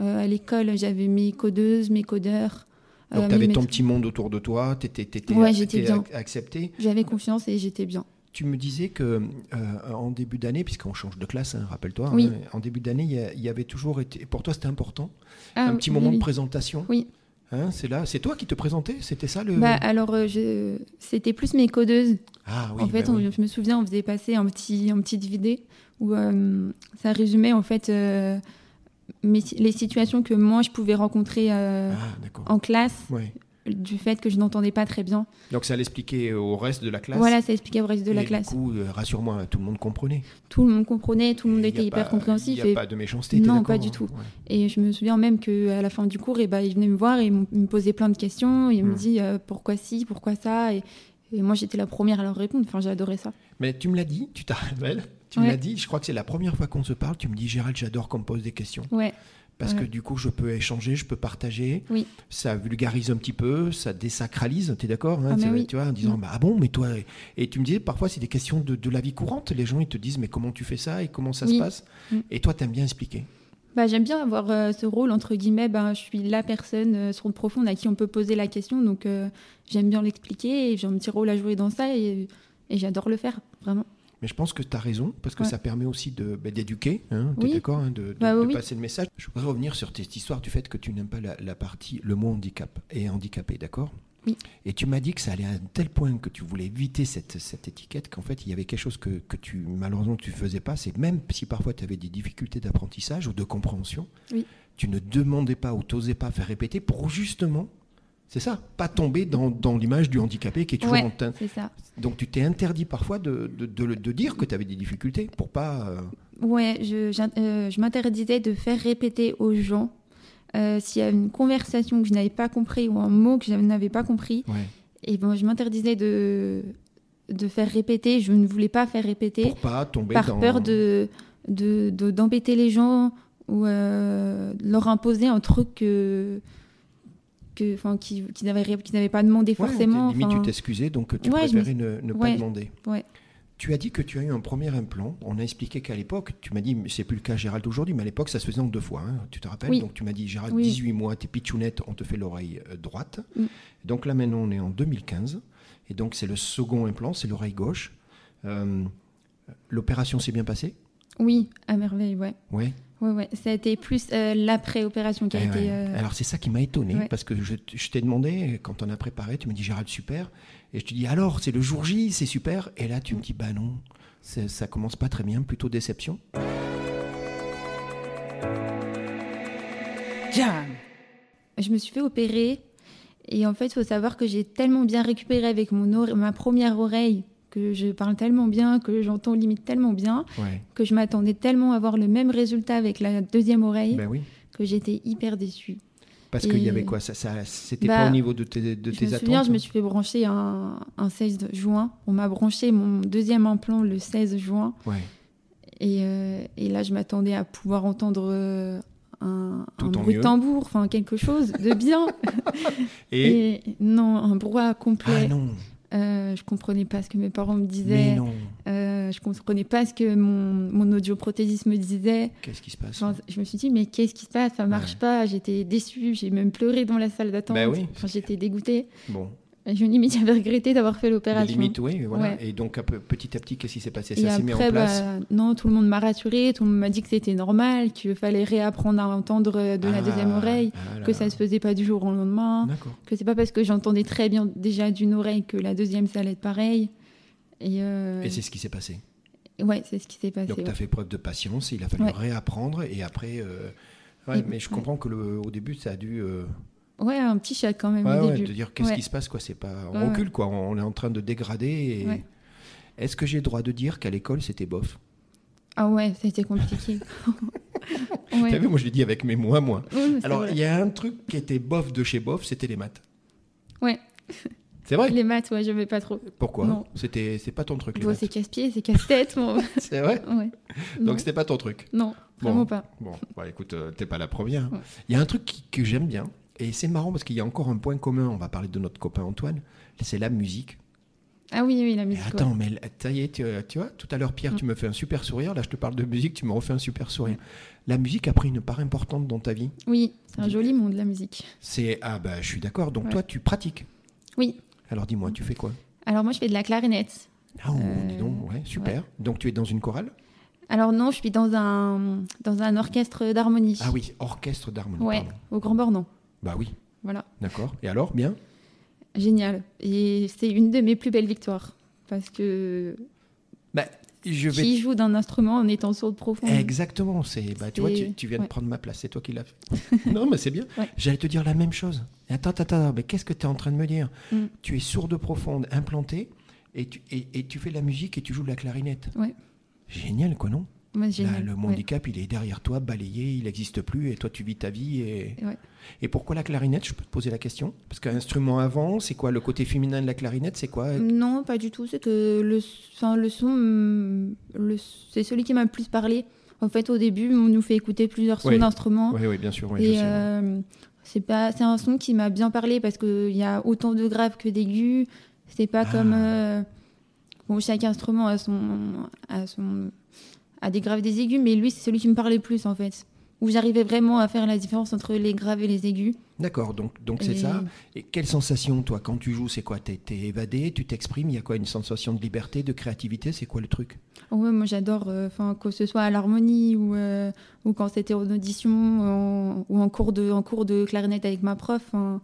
[SPEAKER 2] Euh, à l'école, j'avais mes codeuses, mes codeurs.
[SPEAKER 1] Donc,
[SPEAKER 2] euh,
[SPEAKER 1] tu avais
[SPEAKER 2] mes
[SPEAKER 1] ton
[SPEAKER 2] maîtres.
[SPEAKER 1] petit monde autour de toi, tu étais,
[SPEAKER 2] Ouais, j'étais bien.
[SPEAKER 1] accepté.
[SPEAKER 2] J'avais confiance et j'étais bien.
[SPEAKER 1] Tu me disais que euh, en début d'année, puisqu'on change de classe, hein, rappelle-toi,
[SPEAKER 2] Oui.
[SPEAKER 1] hein, en début d'année, il y a- il y, avait toujours été. Pour toi, c'était important.
[SPEAKER 2] Ah,
[SPEAKER 1] un petit
[SPEAKER 2] oui,
[SPEAKER 1] moment
[SPEAKER 2] oui.
[SPEAKER 1] de présentation.
[SPEAKER 2] Oui.
[SPEAKER 1] Hein, c'est là, c'est toi qui te présentais, c'était ça le.
[SPEAKER 2] Bah, alors, euh, je... c'était plus mes codeuses.
[SPEAKER 1] ah oui.
[SPEAKER 2] en fait,
[SPEAKER 1] bah
[SPEAKER 2] on-
[SPEAKER 1] oui.
[SPEAKER 2] je me souviens, on faisait passer un petit, un petit DVD où euh, ça résumait en fait euh, mes- les situations que moi je pouvais rencontrer euh,
[SPEAKER 1] Ah d'accord.
[SPEAKER 2] en classe
[SPEAKER 1] Ouais.
[SPEAKER 2] du fait que je n'entendais pas très bien.
[SPEAKER 1] Donc ça l'expliquait au reste de la classe.
[SPEAKER 2] Voilà, ça expliquait au reste de
[SPEAKER 1] Et
[SPEAKER 2] la
[SPEAKER 1] du
[SPEAKER 2] classe.
[SPEAKER 1] coup, euh, rassure-moi, tout le monde comprenait.
[SPEAKER 2] tout le monde comprenait, tout le monde
[SPEAKER 1] Et il y a
[SPEAKER 2] était hyper
[SPEAKER 1] pas-
[SPEAKER 2] compréhensif.
[SPEAKER 1] Il n'y a
[SPEAKER 2] Et,
[SPEAKER 1] pas de méchanceté. t'es
[SPEAKER 2] Non,
[SPEAKER 1] d'accord,
[SPEAKER 2] pas du
[SPEAKER 1] hein
[SPEAKER 2] tout.
[SPEAKER 1] Ouais.
[SPEAKER 2] et je me souviens même qu'à la fin du cours, et ben, ils venaient me voir et ils m'ont- ils me posaient plein de questions. Ils
[SPEAKER 1] Hmm.
[SPEAKER 2] me disaient euh, pourquoi ci, pourquoi ça. Et, et moi, j'étais la première à leur répondre. Enfin, j'adorais ça.
[SPEAKER 1] Mais tu me l'as dit, tu t'en rappelles Tu me
[SPEAKER 2] Ouais.
[SPEAKER 1] l'as dit. Je crois que c'est la première fois qu'on se parle. Tu me dis, Gérald, j'adore qu'on me pose des questions.
[SPEAKER 2] Ouais,
[SPEAKER 1] parce
[SPEAKER 2] Ouais.
[SPEAKER 1] que du coup, je peux échanger, je peux partager.
[SPEAKER 2] Oui.
[SPEAKER 1] Ça vulgarise un petit peu, ça désacralise, tu es d'accord hein,
[SPEAKER 2] Ah, mais
[SPEAKER 1] tu-
[SPEAKER 2] oui.
[SPEAKER 1] Tu vois, en disant,
[SPEAKER 2] Mm.
[SPEAKER 1] bah, ah bon, mais toi. Et tu me disais, parfois, c'est des questions de, de la vie courante. Les gens, ils te disent, mais comment tu fais ça et comment ça se
[SPEAKER 2] Oui.
[SPEAKER 1] passe
[SPEAKER 2] Mm.
[SPEAKER 1] Et toi, tu aimes bien expliquer.
[SPEAKER 2] Bah, J'aime bien avoir euh, ce rôle, entre guillemets, ben, je suis la personne euh, sur le profonde à qui on peut poser la question, donc euh, j'aime bien l'expliquer, et j'ai un petit rôle à jouer dans ça, et, et j'adore le faire, vraiment.
[SPEAKER 1] Mais je pense que tu as raison, parce que
[SPEAKER 2] Ouais.
[SPEAKER 1] ça permet aussi de- bah, d'éduquer, hein, t'es
[SPEAKER 2] Oui.
[SPEAKER 1] d'accord, hein, de, de-
[SPEAKER 2] Bah,
[SPEAKER 1] de
[SPEAKER 2] oui.
[SPEAKER 1] passer le message. Je voudrais revenir sur cette histoire du fait que tu n'aimes pas la, la partie, le mot handicap et handicapé, d'accord
[SPEAKER 2] Oui.
[SPEAKER 1] Et tu m'as dit que ça allait à un tel point que tu voulais éviter cette, cette étiquette, qu'en fait, il y avait quelque chose que, que tu, malheureusement, tu ne faisais pas, c'est même si parfois tu avais des difficultés d'apprentissage ou de compréhension,
[SPEAKER 2] Oui.
[SPEAKER 1] tu ne demandais pas ou t'osais pas faire répéter pour justement, c'est ça, pas tomber dans, dans l'image du handicapé qui est toujours
[SPEAKER 2] Ouais.
[SPEAKER 1] en teinte.
[SPEAKER 2] C'est ça.
[SPEAKER 1] Donc tu t'es interdit parfois de, de, de le- de dire que tu avais des difficultés pour pas. euh,
[SPEAKER 2] Ouais, je, j'in- euh, je m'interdisais de faire répéter aux gens euh, s'il y a une conversation que je n'avais pas compris ou un mot que je n'avais pas compris. Et bon, je m'interdisais de, de faire répéter. Je ne voulais pas faire répéter
[SPEAKER 1] pour pas tomber
[SPEAKER 2] par
[SPEAKER 1] dans.
[SPEAKER 2] peur de, de, de- d'embêter les gens ou euh, de leur imposer un truc que, que, 'fin, qu'ils, qu'ils n'avaient, ré- qu'ils n'avaient pas demandé
[SPEAKER 1] Ouais,
[SPEAKER 2] forcément.
[SPEAKER 1] Limite
[SPEAKER 2] 'fin.
[SPEAKER 1] tu t'excusais, donc tu
[SPEAKER 2] Ouais, je me
[SPEAKER 1] préférais ne, ne pas
[SPEAKER 2] ouais,
[SPEAKER 1] demander.
[SPEAKER 2] ouais.
[SPEAKER 1] Tu as dit que tu as eu un premier implant. On a expliqué qu'à l'époque, tu m'as dit, mais c'est plus le cas Gérald aujourd'hui, mais à l'époque ça se faisait en deux fois. hein, tu te rappelles
[SPEAKER 2] Oui.
[SPEAKER 1] Donc tu m'as dit Gérald,
[SPEAKER 2] Oui.
[SPEAKER 1] 18 mois, t'es pitchounette, on te fait l'oreille euh, droite.
[SPEAKER 2] Mm.
[SPEAKER 1] Donc là maintenant on est en 2015, et donc c'est le second implant, c'est l'oreille gauche. Euh, L'opération s'est bien passée
[SPEAKER 2] Oui, à merveille, ouais.
[SPEAKER 1] Ouais.
[SPEAKER 2] Ouais, ouais. Ça a été plus euh, l'après-opération qui a
[SPEAKER 1] Eh
[SPEAKER 2] été.
[SPEAKER 1] ouais.
[SPEAKER 2] euh,
[SPEAKER 1] Alors c'est ça qui m'a étonné
[SPEAKER 2] ouais.
[SPEAKER 1] parce que je, t- je t'ai demandé quand on a préparé, tu me dis Gérald super et je te dis alors c'est le jour J, c'est super et là tu me dis bah non, c'est- ça commence pas très bien, plutôt déception.
[SPEAKER 3] Jam.
[SPEAKER 2] Je me suis fait opérer. Et en fait, il faut savoir que j'ai tellement bien récupéré avec mon ore- ma première oreille que je parle tellement bien, que j'entends limite tellement bien,
[SPEAKER 1] Ouais.
[SPEAKER 2] que je m'attendais tellement à avoir le même résultat avec la deuxième oreille
[SPEAKER 1] Ben oui.
[SPEAKER 2] que j'étais hyper déçue.
[SPEAKER 1] Parce
[SPEAKER 2] Et-
[SPEAKER 1] qu'il y avait quoi ça, ça- c'était
[SPEAKER 2] Bah,
[SPEAKER 1] pas au niveau de tes, de
[SPEAKER 2] je
[SPEAKER 1] tes
[SPEAKER 2] me
[SPEAKER 1] attentes. hein.
[SPEAKER 2] souviens, je me suis fait brancher un, un 16 juin. On m'a branché mon deuxième implant le 16 juin.
[SPEAKER 1] Ouais.
[SPEAKER 2] Et, euh, et là, je m'attendais à pouvoir entendre euh, un,
[SPEAKER 1] Tout
[SPEAKER 2] un
[SPEAKER 1] en
[SPEAKER 2] bruit
[SPEAKER 1] mieux.
[SPEAKER 2] de tambour, enfin quelque chose de bien.
[SPEAKER 1] Et,
[SPEAKER 2] et... non, un brouhaha complet.
[SPEAKER 1] ah non,
[SPEAKER 2] Euh, je comprenais pas ce que mes parents me
[SPEAKER 1] mais
[SPEAKER 2] disaient.
[SPEAKER 1] non,
[SPEAKER 2] Euh, je comprenais pas ce que mon, mon audioprothésiste me disait.
[SPEAKER 1] qu'est-ce qui se passe
[SPEAKER 2] Enfin, je me suis dit, mais qu'est-ce qui se passe Ça marche
[SPEAKER 1] Ouais.
[SPEAKER 2] pas. J'étais déçue. J'ai même pleuré dans la salle d'attente.
[SPEAKER 1] Bah oui.
[SPEAKER 2] Enfin, J'étais dégoûtée.
[SPEAKER 1] Bon,
[SPEAKER 2] Et je me dis, mais j'avais regretté d'avoir fait
[SPEAKER 1] les
[SPEAKER 2] l'opération.
[SPEAKER 1] limites, oui, voilà.
[SPEAKER 2] Ouais.
[SPEAKER 1] Et donc un peu- petit à petit, qu'est-ce qui s'est passé
[SPEAKER 2] Et
[SPEAKER 1] Ça s'est mis en
[SPEAKER 2] après,
[SPEAKER 1] place.
[SPEAKER 2] bah, non, tout le monde m'a rassurée. Tout le monde m'a dit que c'était normal, qu'il fallait réapprendre à entendre euh, de la
[SPEAKER 1] Ah,
[SPEAKER 2] deuxième oreille,
[SPEAKER 1] ah là
[SPEAKER 2] que
[SPEAKER 1] là.
[SPEAKER 2] ça se faisait pas du jour au lendemain.
[SPEAKER 1] D'accord.
[SPEAKER 2] que c'est pas parce que j'entendais très bien déjà d'une oreille que la deuxième ça allait être pareil. Et, euh,
[SPEAKER 1] Et c'est ce qui s'est passé.
[SPEAKER 2] ouais, c'est ce qui s'est passé.
[SPEAKER 1] Donc tu as
[SPEAKER 2] ouais.
[SPEAKER 1] fait preuve de patience, il a fallu
[SPEAKER 2] Ouais.
[SPEAKER 1] réapprendre et après... euh, ouais,
[SPEAKER 2] Et-
[SPEAKER 1] mais je
[SPEAKER 2] ouais.
[SPEAKER 1] comprends que le, au début, ça a dû... euh,
[SPEAKER 2] Ouais, un petit choc quand même
[SPEAKER 1] ouais,
[SPEAKER 2] au
[SPEAKER 1] ouais,
[SPEAKER 2] début.
[SPEAKER 1] de dire qu'est-ce
[SPEAKER 2] Ouais.
[SPEAKER 1] qui se passe, quoi. C'est pas... On
[SPEAKER 2] Ouais, ouais.
[SPEAKER 1] recule, quoi. On est en train de dégrader. et-
[SPEAKER 2] Ouais.
[SPEAKER 1] Est-ce que j'ai le droit de dire qu'à l'école, c'était bof
[SPEAKER 2] Ah ouais, ça a été compliqué. Ouais.
[SPEAKER 1] T'as vu, moi, je l'ai dit avec mes mots à moi.
[SPEAKER 2] Ouais, mais c'est
[SPEAKER 1] Alors,
[SPEAKER 2] vrai.
[SPEAKER 1] il y a un truc qui était bof de chez bof, c'était les maths.
[SPEAKER 2] Ouais.
[SPEAKER 1] C'est vrai
[SPEAKER 2] les maths, ouais, je vais pas trop.
[SPEAKER 1] Pourquoi
[SPEAKER 2] Non.
[SPEAKER 1] C'était, C'est pas ton truc, les
[SPEAKER 2] Bon,
[SPEAKER 1] maths.
[SPEAKER 2] c'est casse-pied, c'est casse-tête. bon.
[SPEAKER 1] C'est vrai
[SPEAKER 2] Ouais. non,
[SPEAKER 1] Donc, c'était pas ton truc.
[SPEAKER 2] non,
[SPEAKER 1] Bon.
[SPEAKER 2] vraiment pas.
[SPEAKER 1] Bon, bah, écoute, euh, t'es pas la première.
[SPEAKER 2] Ouais.
[SPEAKER 1] Il y a un truc qui- que j'aime bien, et c'est marrant parce qu'il y a encore un point commun, on va parler de notre copain Antoine, c'est la musique.
[SPEAKER 2] Ah oui, oui, la
[SPEAKER 1] Mais
[SPEAKER 2] musique. ouais. Mm.
[SPEAKER 1] attends, mais là, ça y est, tu, tu vois, tout à l'heure, Pierre, tu me fais un super sourire, là, je te parle de musique, tu me refais un super sourire. La musique a pris une part importante dans ta vie.
[SPEAKER 2] Oui, c'est un joli monde, la musique.
[SPEAKER 1] C'est, ah bah, je suis d'accord, donc
[SPEAKER 2] Ouais.
[SPEAKER 1] toi, tu pratiques.
[SPEAKER 2] Oui.
[SPEAKER 1] Alors dis-moi, tu fais quoi
[SPEAKER 2] Alors moi, je fais de la clarinette.
[SPEAKER 1] Ah, oh,
[SPEAKER 2] Euh,
[SPEAKER 1] dis donc, ouais, super. Donc tu es dans une chorale
[SPEAKER 2] Alors non, je suis dans un, dans un orchestre d'harmonie.
[SPEAKER 1] Ah oui, orchestre d'harmonie,
[SPEAKER 2] Ouais,
[SPEAKER 1] pardon.
[SPEAKER 2] au Grand Bornand.
[SPEAKER 1] Bah oui,
[SPEAKER 2] Voilà.
[SPEAKER 1] d'accord. Et alors, bien
[SPEAKER 2] Génial. Et c'est une de mes plus belles victoires. Parce que
[SPEAKER 1] Bah, je vais...
[SPEAKER 2] qui joue d'un instrument en étant sourde profonde
[SPEAKER 1] Exactement, c'est bah, tu vois tu,
[SPEAKER 2] Mmh. C'est-
[SPEAKER 1] tu viens de
[SPEAKER 2] ouais.
[SPEAKER 1] prendre ma place, c'est toi qui l'as fait. non mais c'est bien.
[SPEAKER 2] Ouais.
[SPEAKER 1] J'allais te dire la même chose. Attends attends, attends mais qu'est-ce que tu es en train de me dire
[SPEAKER 2] Mm.
[SPEAKER 1] Tu es sourde profonde, implantée et tu, et, et tu fais de la musique et tu joues de la clarinette.
[SPEAKER 2] Ouais.
[SPEAKER 1] Génial quoi non
[SPEAKER 2] Moi,
[SPEAKER 1] Là,
[SPEAKER 2] génial.
[SPEAKER 1] Ah, le
[SPEAKER 2] Ouais.
[SPEAKER 1] mot handicap, il est derrière toi, balayé, il n'existe plus et toi tu vis ta vie et
[SPEAKER 2] Ouais.
[SPEAKER 1] Et pourquoi la clarinette Je peux te poser la question Parce qu'un instrument avant, c'est quoi le côté féminin de la clarinette C'est quoi
[SPEAKER 2] Non, mm, pas du tout. C'est que le, enfin, le son, hum, le- c'est celui qui m'a le plus parlé. En fait, au début, on nous fait écouter plusieurs sons
[SPEAKER 1] Oui.
[SPEAKER 2] d'instruments.
[SPEAKER 1] Oui, oui, bien sûr. oui, je
[SPEAKER 2] et
[SPEAKER 1] sais, oui.
[SPEAKER 2] euh, c'est pas, c'est un son qui m'a bien parlé parce qu'il y a autant de graves que d'aigus. C'est pas
[SPEAKER 1] Ah.
[SPEAKER 2] comme euh, bon, chaque instrument a son, a son, a des graves, et des aigus, mais lui c'est celui qui me parlait le plus en fait, où j'arrivais vraiment à faire la différence entre les graves et les aigus.
[SPEAKER 1] D'accord, donc donc c'est
[SPEAKER 2] Et-
[SPEAKER 1] ça. Et quelle sensation, toi, quand tu joues, c'est quoi T'es t'es évadé, tu t'exprimes, il y a quoi Une sensation de liberté, de créativité, c'est quoi le truc
[SPEAKER 2] Oh ouais, moi j'adore, enfin que ce soit à l'harmonie ou, euh, ou quand c'était en audition en- ou en cours de en cours de clarinette avec ma prof. 'fin,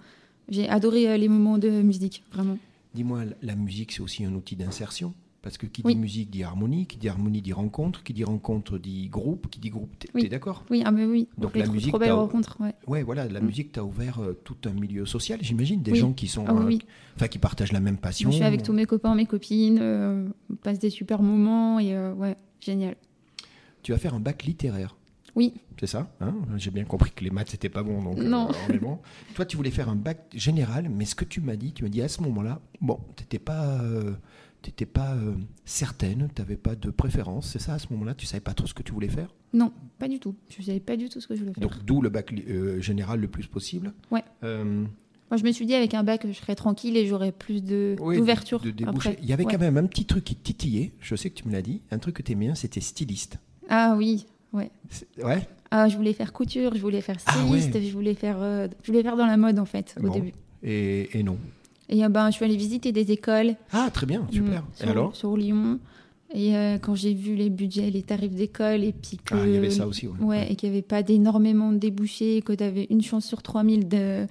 [SPEAKER 2] J'ai adoré euh, les moments de musique, vraiment.
[SPEAKER 1] Dis-moi, la musique, c'est aussi un outil d'insertion Parce que qui dit
[SPEAKER 2] Oui.
[SPEAKER 1] musique dit harmonie, qui dit harmonie dit rencontre, qui dit rencontre dit groupe, qui dit groupe, t'es
[SPEAKER 2] Oui.
[SPEAKER 1] t'es d'accord
[SPEAKER 2] Oui, ah mais oui.
[SPEAKER 1] Donc
[SPEAKER 2] les
[SPEAKER 1] la
[SPEAKER 2] tr-
[SPEAKER 1] musique
[SPEAKER 2] trop belles
[SPEAKER 1] t'a-
[SPEAKER 2] rencontres, ouais.
[SPEAKER 1] Ouais, voilà, la
[SPEAKER 2] Mm.
[SPEAKER 1] musique t'a ouvert euh, tout un milieu social, j'imagine, des
[SPEAKER 2] Oui.
[SPEAKER 1] gens qui sont,
[SPEAKER 2] Ah oui,
[SPEAKER 1] euh,
[SPEAKER 2] oui.
[SPEAKER 1] enfin, qui partagent la même passion.
[SPEAKER 2] Je suis avec tous mes copains, mes copines, euh, on passe des super moments et euh, ouais, génial.
[SPEAKER 1] Tu vas faire un bac littéraire.
[SPEAKER 2] Oui.
[SPEAKER 1] C'est ça hein J'ai bien compris que les maths, c'était pas bon. Donc, euh,
[SPEAKER 2] Non.
[SPEAKER 1] on est bon. Toi, tu voulais faire un bac général, mais ce que tu m'as dit, tu m'as dit à ce moment-là, bon, t'étais pas, euh, t'étais pas euh, certaine, t'avais pas de préférence, c'est ça à ce moment-là Tu savais pas trop ce que tu voulais faire
[SPEAKER 2] Non, pas du tout. Je savais pas du tout ce que je voulais faire.
[SPEAKER 1] Donc, d'où le bac li- euh, général le plus possible.
[SPEAKER 2] Ouais.
[SPEAKER 1] Euh,
[SPEAKER 2] Moi, je me suis dit avec un bac, je serais tranquille et j'aurais plus de
[SPEAKER 1] oui,
[SPEAKER 2] d'ouverture.
[SPEAKER 1] de débouchés.
[SPEAKER 2] après.
[SPEAKER 1] Il y avait
[SPEAKER 2] Ouais.
[SPEAKER 1] quand même un petit truc qui te titillait, je sais que tu me l'as dit, un truc que t'aimais bien, c'était styliste.
[SPEAKER 2] Ah oui, ouais.
[SPEAKER 1] C'est- Ouais
[SPEAKER 2] Ah, je voulais faire couture, je voulais faire
[SPEAKER 1] Ah
[SPEAKER 2] styliste, je voulais faire, euh, je voulais faire dans la mode en fait au
[SPEAKER 1] Bon.
[SPEAKER 2] début.
[SPEAKER 1] et, et non.
[SPEAKER 2] Et euh, ben, je suis allée visiter des écoles
[SPEAKER 1] Ah, très bien, super.
[SPEAKER 2] mm,
[SPEAKER 1] Et
[SPEAKER 2] sur,
[SPEAKER 1] alors
[SPEAKER 2] sur Lyon. Et euh, quand j'ai vu les budgets, les tarifs d'école, et puis que
[SPEAKER 1] Ah, il y avait ça aussi, ouais.
[SPEAKER 2] Ouais, et qu'il n'y avait pas d'énormément de débouchés, que tu avais une chance sur 3000 de,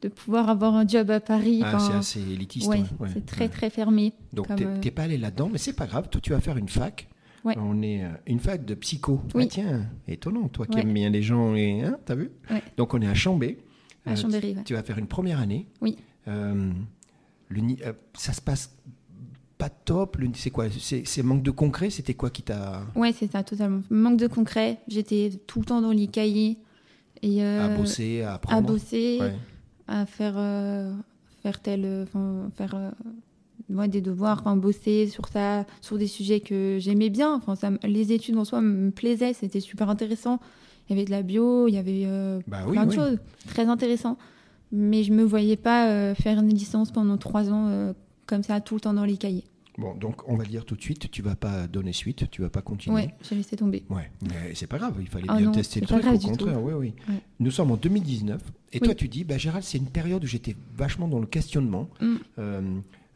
[SPEAKER 2] de pouvoir avoir un job à Paris.
[SPEAKER 1] Ah, c'est
[SPEAKER 2] Enfin,
[SPEAKER 1] assez élitiste.
[SPEAKER 2] ouais,
[SPEAKER 1] ouais, ouais,
[SPEAKER 2] c'est très
[SPEAKER 1] ouais.
[SPEAKER 2] très fermé.
[SPEAKER 1] Donc
[SPEAKER 2] comme,
[SPEAKER 1] t'es
[SPEAKER 2] euh,
[SPEAKER 1] t'es pas allé là-dedans, mais c'est pas grave. Toi, tu vas faire une fac.
[SPEAKER 2] Ouais.
[SPEAKER 1] On est euh, une fac de psycho.
[SPEAKER 2] Oui.
[SPEAKER 1] Ah, tiens, étonnant, toi qui
[SPEAKER 2] Ouais.
[SPEAKER 1] aimes bien les gens et hein, t'as vu.
[SPEAKER 2] Ouais.
[SPEAKER 1] Donc on est à Chambé. Euh,
[SPEAKER 2] À Chambéry, ouais.
[SPEAKER 1] Tu vas faire une première année.
[SPEAKER 2] Oui.
[SPEAKER 1] Euh, le ni- euh, ça se passe pas top. le- C'est quoi C'est c'est manque de concret. C'était quoi qui t'a
[SPEAKER 2] Ouais, c'est ça, totalement. Manque de concret. J'étais tout le temps dans les cahiers et euh,
[SPEAKER 1] à bosser, à apprendre hein.
[SPEAKER 2] à bosser,
[SPEAKER 1] Ouais.
[SPEAKER 2] à faire euh, faire tel, euh, enfin, faire euh, ouais, des devoirs, enfin bosser sur ça, sur des sujets que j'aimais bien. Enfin, ça, m- les études en soi me plaisaient, c'était super intéressant. Il y avait de la bio, il y avait euh,
[SPEAKER 1] Bah oui,
[SPEAKER 2] plein de
[SPEAKER 1] oui.
[SPEAKER 2] choses, très intéressant. Mais je me voyais pas euh, faire une licence pendant trois ans euh, comme ça, tout le temps dans les cahiers.
[SPEAKER 1] Bon, donc on va le dire tout de suite. Tu vas pas donner suite. Tu vas pas continuer.
[SPEAKER 2] Ouais, j'ai laissé tomber.
[SPEAKER 1] Ouais, mais c'est pas grave, il fallait
[SPEAKER 2] Ah
[SPEAKER 1] bien
[SPEAKER 2] non,
[SPEAKER 1] tester le
[SPEAKER 2] c'est pas
[SPEAKER 1] truc, au
[SPEAKER 2] grave du
[SPEAKER 1] contraire, oui, oui.
[SPEAKER 2] Ouais.
[SPEAKER 1] Nous sommes en 2019, et
[SPEAKER 2] Oui.
[SPEAKER 1] toi tu dis, bah, Gérald, c'est une période où j'étais vachement dans le questionnement,
[SPEAKER 2] Mm.
[SPEAKER 1] Euh,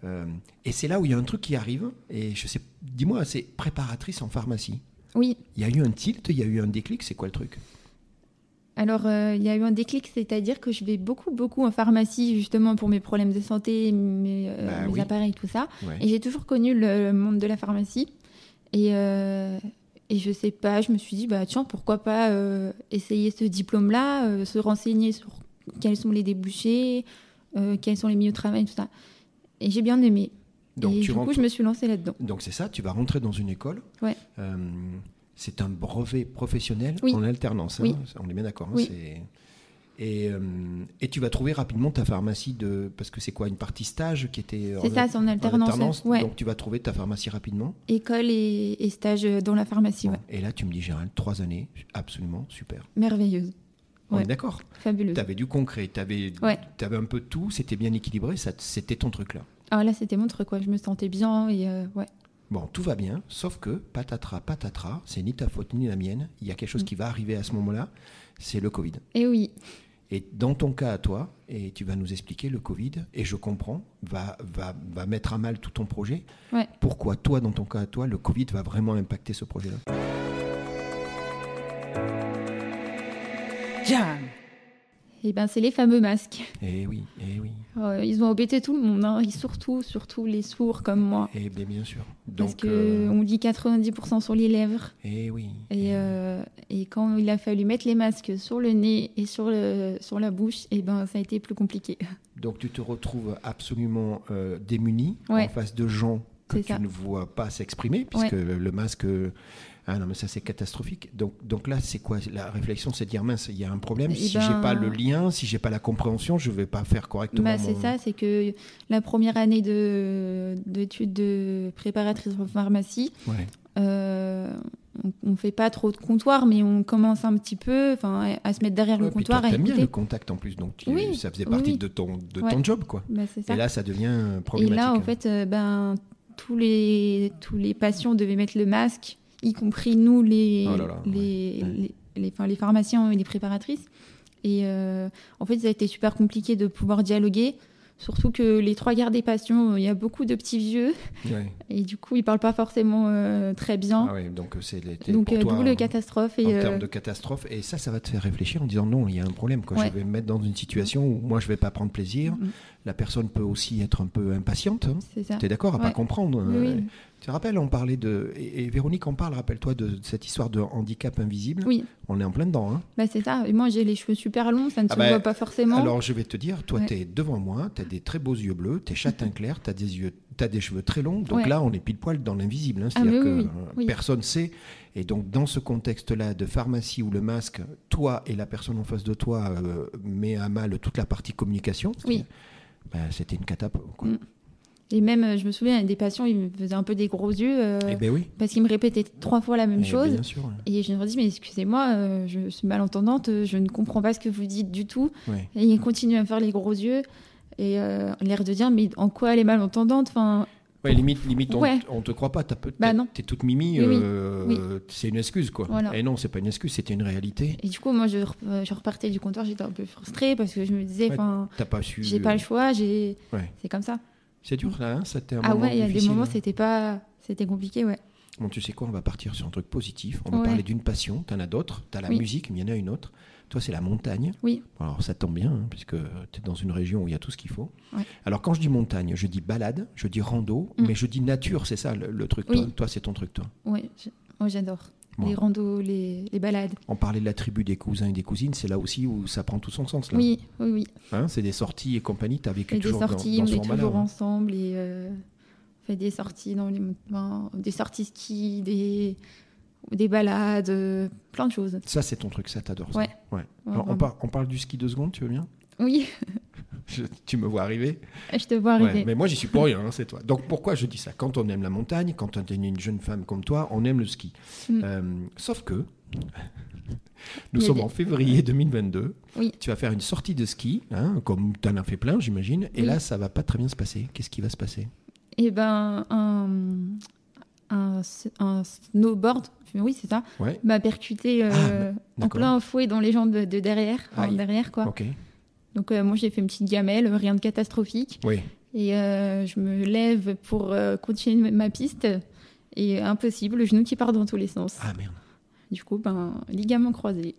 [SPEAKER 1] euh, et c'est là où il y a un truc qui arrive, et je sais, dis-moi, c'est préparatrice en pharmacie.
[SPEAKER 2] Oui,
[SPEAKER 1] Il y a eu un tilt, il y a eu un déclic, c'est quoi le truc
[SPEAKER 2] Alors, euh, il y a eu un déclic, c'est-à-dire que je vais beaucoup, beaucoup en pharmacie, justement, pour mes problèmes de santé, mes, euh,
[SPEAKER 1] Bah
[SPEAKER 2] mes
[SPEAKER 1] oui.
[SPEAKER 2] appareils, tout ça.
[SPEAKER 1] Ouais.
[SPEAKER 2] Et j'ai toujours connu le, le monde de la pharmacie. Et, euh, et je sais pas, je me suis dit, bah tiens, pourquoi pas euh, essayer ce diplôme-là, euh, se renseigner sur quels sont les débouchés, euh, quels sont les milieux de travail, tout ça. Et j'ai bien aimé.
[SPEAKER 1] Donc
[SPEAKER 2] et
[SPEAKER 1] tu
[SPEAKER 2] du
[SPEAKER 1] rentres-
[SPEAKER 2] coup, je me suis lancée là-dedans.
[SPEAKER 1] Donc c'est ça, tu vas rentrer dans une école.
[SPEAKER 2] Ouais.
[SPEAKER 1] Euh, c'est un brevet professionnel
[SPEAKER 2] Oui.
[SPEAKER 1] en alternance. hein.
[SPEAKER 2] Oui.
[SPEAKER 1] On est bien d'accord. hein,
[SPEAKER 2] Oui.
[SPEAKER 1] c'est- Et, euh, et tu vas trouver rapidement ta pharmacie de parce que c'est quoi une partie stage qui était en-
[SPEAKER 2] C'est ça, c'est en
[SPEAKER 1] en
[SPEAKER 2] alternance. ouais.
[SPEAKER 1] Donc tu vas trouver ta pharmacie rapidement.
[SPEAKER 2] École et, et stage dans la pharmacie, ouais.
[SPEAKER 1] Bon. Et là tu me dis Gérald, trois années, absolument super.
[SPEAKER 2] Merveilleuse,
[SPEAKER 1] On
[SPEAKER 2] Ouais.
[SPEAKER 1] est d'accord.
[SPEAKER 2] fabuleuse.
[SPEAKER 1] Tu avais du concret, tu avais,
[SPEAKER 2] Ouais.
[SPEAKER 1] un peu de tout, c'était bien équilibré, ça- c'était ton truc là.
[SPEAKER 2] Ah là, c'était mon truc, quoi. Je me sentais bien et euh, ouais.
[SPEAKER 1] Bon, tout va bien, sauf que patatras, patatras, c'est ni ta faute ni la mienne. Il y a quelque
[SPEAKER 2] Mm.
[SPEAKER 1] chose qui va arriver à ce moment-là, c'est le Covid.
[SPEAKER 2] Et oui,
[SPEAKER 1] Et dans ton cas à toi, et tu vas nous expliquer le Covid, et je comprends, va, va, va mettre à mal tout ton projet.
[SPEAKER 2] Ouais.
[SPEAKER 1] Pourquoi toi, dans ton cas à toi, le Covid va vraiment impacter ce projet-là
[SPEAKER 3] Jam.
[SPEAKER 2] et ben c'est les fameux masques.
[SPEAKER 1] Eh oui, eh oui,
[SPEAKER 2] Euh, ils ont embêté tout le monde, hein. et surtout, surtout les sourds comme moi.
[SPEAKER 1] eh bien, bien sûr.
[SPEAKER 2] Parce
[SPEAKER 1] Donc,
[SPEAKER 2] que
[SPEAKER 1] euh,
[SPEAKER 2] on dit 90% sur les lèvres.
[SPEAKER 1] eh oui.
[SPEAKER 2] Et, euh, et quand il a fallu mettre les masques sur le nez et sur, le, sur la bouche, et ben ça a été plus compliqué.
[SPEAKER 1] Donc tu te retrouves absolument euh, démuni
[SPEAKER 2] Ouais.
[SPEAKER 1] en face de gens que
[SPEAKER 2] C'est
[SPEAKER 1] tu
[SPEAKER 2] ça.
[SPEAKER 1] ne vois pas s'exprimer, puisque le le masque... euh, Ah non, mais ça c'est catastrophique. Donc, donc là, c'est quoi La réflexion, c'est de dire, mince, il y a un problème.
[SPEAKER 2] Eh
[SPEAKER 1] si
[SPEAKER 2] ben-
[SPEAKER 1] j'ai pas le lien, si j'ai pas la compréhension, je vais pas faire correctement.
[SPEAKER 2] Bah, c'est
[SPEAKER 1] mon-
[SPEAKER 2] ça, c'est que la première année de- d'études de, préparatrice en pharmacie,
[SPEAKER 1] Ouais.
[SPEAKER 2] euh, on ne fait pas trop de comptoir, mais on commence un petit peu enfin, à se mettre derrière le
[SPEAKER 1] Ouais, puis
[SPEAKER 2] comptoir.
[SPEAKER 1] toi,
[SPEAKER 2] à
[SPEAKER 1] t'aimes bien
[SPEAKER 2] écouter.
[SPEAKER 1] le contact en plus, donc tu-
[SPEAKER 2] Oui,
[SPEAKER 1] ça faisait
[SPEAKER 2] oui,
[SPEAKER 1] partie
[SPEAKER 2] oui.
[SPEAKER 1] de ton de
[SPEAKER 2] Ouais.
[SPEAKER 1] ton job quoi.
[SPEAKER 2] Bah, c'est ça.
[SPEAKER 1] Et là, ça devient euh,
[SPEAKER 2] Et
[SPEAKER 1] problématique.
[SPEAKER 2] là, en
[SPEAKER 1] hein.
[SPEAKER 2] fait, euh, ben, tous, les, tous les patients devaient mettre le masque, y compris nous, les,
[SPEAKER 1] Oh là là,
[SPEAKER 2] les,
[SPEAKER 1] ouais.
[SPEAKER 2] les, les- enfin, les pharmaciens et les préparatrices. Et euh, en fait, ça a été super compliqué de pouvoir dialoguer. Surtout que les trois quarts des patients, euh, il y a beaucoup de petits vieux
[SPEAKER 1] Ouais.
[SPEAKER 2] et du coup, ils parlent pas forcément euh, très bien.
[SPEAKER 1] Ah ouais, donc euh, c'est les- t'es-
[SPEAKER 2] Donc,
[SPEAKER 1] pour
[SPEAKER 2] euh,
[SPEAKER 1] toi,
[SPEAKER 2] double
[SPEAKER 1] hein,
[SPEAKER 2] catastrophe.
[SPEAKER 1] en
[SPEAKER 2] Et, euh,
[SPEAKER 1] termes de catastrophe. Et ça, ça va te faire réfléchir en disant non, il y a un problème. Quoi.
[SPEAKER 2] Ouais.
[SPEAKER 1] Je vais me mettre dans une situation où moi, je vais pas prendre plaisir.
[SPEAKER 2] Mhm.
[SPEAKER 1] La personne peut aussi être un peu impatiente. Hein.
[SPEAKER 2] c'est ça.
[SPEAKER 1] T'es d'accord à pas
[SPEAKER 2] Ouais.
[SPEAKER 1] comprendre.
[SPEAKER 2] Oui,
[SPEAKER 1] euh,
[SPEAKER 2] oui.
[SPEAKER 1] Tu te rappelles, on parlait de et, et Véronique en parle. Rappelle-toi de cette histoire de handicap invisible.
[SPEAKER 2] Oui,
[SPEAKER 1] On est en plein dedans. hein.
[SPEAKER 2] bah, c'est ça. Et moi, j'ai les cheveux super longs, ça ne
[SPEAKER 1] Ah
[SPEAKER 2] se
[SPEAKER 1] bah,
[SPEAKER 2] voit pas forcément.
[SPEAKER 1] Alors je vais te dire, toi
[SPEAKER 2] Ouais.
[SPEAKER 1] tu es devant moi, tu as des très beaux yeux bleus, tu es châtain clair, tu as des yeux t'as des cheveux très longs. Donc
[SPEAKER 2] Ouais.
[SPEAKER 1] là on est pile poil dans l'invisible, hein.
[SPEAKER 2] Ah,
[SPEAKER 1] c'est-à-dire
[SPEAKER 2] mais oui,
[SPEAKER 1] que
[SPEAKER 2] oui,
[SPEAKER 1] euh,
[SPEAKER 2] oui.
[SPEAKER 1] personne sait et donc dans ce contexte-là de pharmacie où le masque toi et la personne en face de toi euh, met à mal toute la partie communication.
[SPEAKER 2] Oui.
[SPEAKER 1] bah, c'était une catastrophe. quoi.
[SPEAKER 2] Mm. Et même, euh, je me souviens, des patients, ils me faisaient un peu des gros yeux euh,
[SPEAKER 1] Eh ben oui.
[SPEAKER 2] parce qu'ils me répétaient trois fois la même
[SPEAKER 1] Eh ben,
[SPEAKER 2] chose.
[SPEAKER 1] Bien sûr. hein.
[SPEAKER 2] Et je leur dis, mais excusez-moi, euh, je suis malentendante, euh, je ne comprends pas ce que vous dites du tout.
[SPEAKER 1] Ouais.
[SPEAKER 2] Et ils continuent à me faire les gros yeux et euh, l'air de dire, mais en quoi elle est malentendante enfin,
[SPEAKER 1] Ouais, limite, limite, on,
[SPEAKER 2] Ouais.
[SPEAKER 1] on te croit pas. T'as peu-
[SPEAKER 2] Bah
[SPEAKER 1] t'es-
[SPEAKER 2] non.
[SPEAKER 1] T'es toute mimi.
[SPEAKER 2] Oui, oui.
[SPEAKER 1] euh, C'est une excuse quoi.
[SPEAKER 2] Voilà.
[SPEAKER 1] Et non, c'est pas une excuse, c'était une réalité.
[SPEAKER 2] Et du coup, moi, je, rep- euh, je repartais du comptoir, j'étais un peu frustrée parce que je me disais,
[SPEAKER 1] Ouais.
[SPEAKER 2] enfin,
[SPEAKER 1] T'as pas su.
[SPEAKER 2] j'ai pas le choix, j'ai...
[SPEAKER 1] Ouais.
[SPEAKER 2] c'est comme ça.
[SPEAKER 1] C'est dur là, hein c'était un
[SPEAKER 2] Ah
[SPEAKER 1] moment
[SPEAKER 2] ouais, il y a des
[SPEAKER 1] difficile,
[SPEAKER 2] moments,
[SPEAKER 1] hein.
[SPEAKER 2] c'était pas... C'était compliqué, ouais.
[SPEAKER 1] Bon, tu sais quoi, on va partir sur un truc positif. On va
[SPEAKER 2] Ouais.
[SPEAKER 1] parler d'une passion, t'en as d'autres, t'as la
[SPEAKER 2] Oui.
[SPEAKER 1] musique, mais il y en a une autre. Toi, c'est la montagne.
[SPEAKER 2] Oui.
[SPEAKER 1] Alors ça tombe bien, hein, puisque tu es dans une région où il y a tout ce qu'il faut.
[SPEAKER 2] Ouais.
[SPEAKER 1] Alors quand je dis montagne, je dis balade, je dis rando,
[SPEAKER 2] Mm.
[SPEAKER 1] mais je dis nature, c'est ça le, le truc.
[SPEAKER 2] Oui.
[SPEAKER 1] Toi, toi, c'est ton truc, toi.
[SPEAKER 2] Ouais, j'- moi, j'adore.
[SPEAKER 1] Moi.
[SPEAKER 2] Les randos, les, les balades.
[SPEAKER 1] On parlait de la tribu des cousins et des cousines, c'est là aussi où ça prend tout son sens. Là.
[SPEAKER 2] Oui, oui, oui.
[SPEAKER 1] Hein, c'est des sorties et compagnie, tu as vécu
[SPEAKER 2] Et des
[SPEAKER 1] toujours dans-
[SPEAKER 2] sorties,
[SPEAKER 1] dans,
[SPEAKER 2] on
[SPEAKER 1] ce
[SPEAKER 2] est
[SPEAKER 1] format-là,
[SPEAKER 2] toujours
[SPEAKER 1] hein.
[SPEAKER 2] ensemble et euh, on fait des sorties dans les montagnes, des sorties ski, des, des balades, euh, plein de choses.
[SPEAKER 1] Ça, c'est ton truc, ça, t'adores. ça.
[SPEAKER 2] Ouais.
[SPEAKER 1] Alors, on,
[SPEAKER 2] vraiment.
[SPEAKER 1] par- on parle du ski deux secondes, tu veux bien
[SPEAKER 2] Oui,
[SPEAKER 1] Je- Tu me vois arriver
[SPEAKER 2] je te vois
[SPEAKER 1] Ouais,
[SPEAKER 2] arriver.
[SPEAKER 1] mais moi, j'y suis pour rien, hein, c'est toi. Donc, pourquoi je dis ça Quand on aime la montagne, quand on est une jeune femme comme toi, on aime le ski.
[SPEAKER 2] Mm.
[SPEAKER 1] Euh, sauf que
[SPEAKER 2] Il
[SPEAKER 1] nous
[SPEAKER 2] y a
[SPEAKER 1] sommes
[SPEAKER 2] des-
[SPEAKER 1] en février 2022.
[SPEAKER 2] Oui.
[SPEAKER 1] Tu vas faire une sortie de ski, hein, comme tu en as fait plein, j'imagine. Et
[SPEAKER 2] Oui.
[SPEAKER 1] là, ça va pas très bien se passer. Qu'est-ce qui va se passer
[SPEAKER 2] Et ben un, un, un snowboard, oui c'est ça,
[SPEAKER 1] Ouais. Ah,
[SPEAKER 2] m'a percuté euh, en
[SPEAKER 1] d'accord.
[SPEAKER 2] plein fouet dans les jambes de, de derrière, enfin,
[SPEAKER 1] Aïe.
[SPEAKER 2] derrière quoi.
[SPEAKER 1] Ok.
[SPEAKER 2] Donc euh, moi j'ai fait une petite gamelle, euh, rien de catastrophique.
[SPEAKER 1] Oui.
[SPEAKER 2] Et euh, je me lève pour euh, continuer ma piste. Et euh, impossible, le genou qui part dans tous les sens.
[SPEAKER 1] Ah merde.
[SPEAKER 2] Du coup, ben, ligament croisé.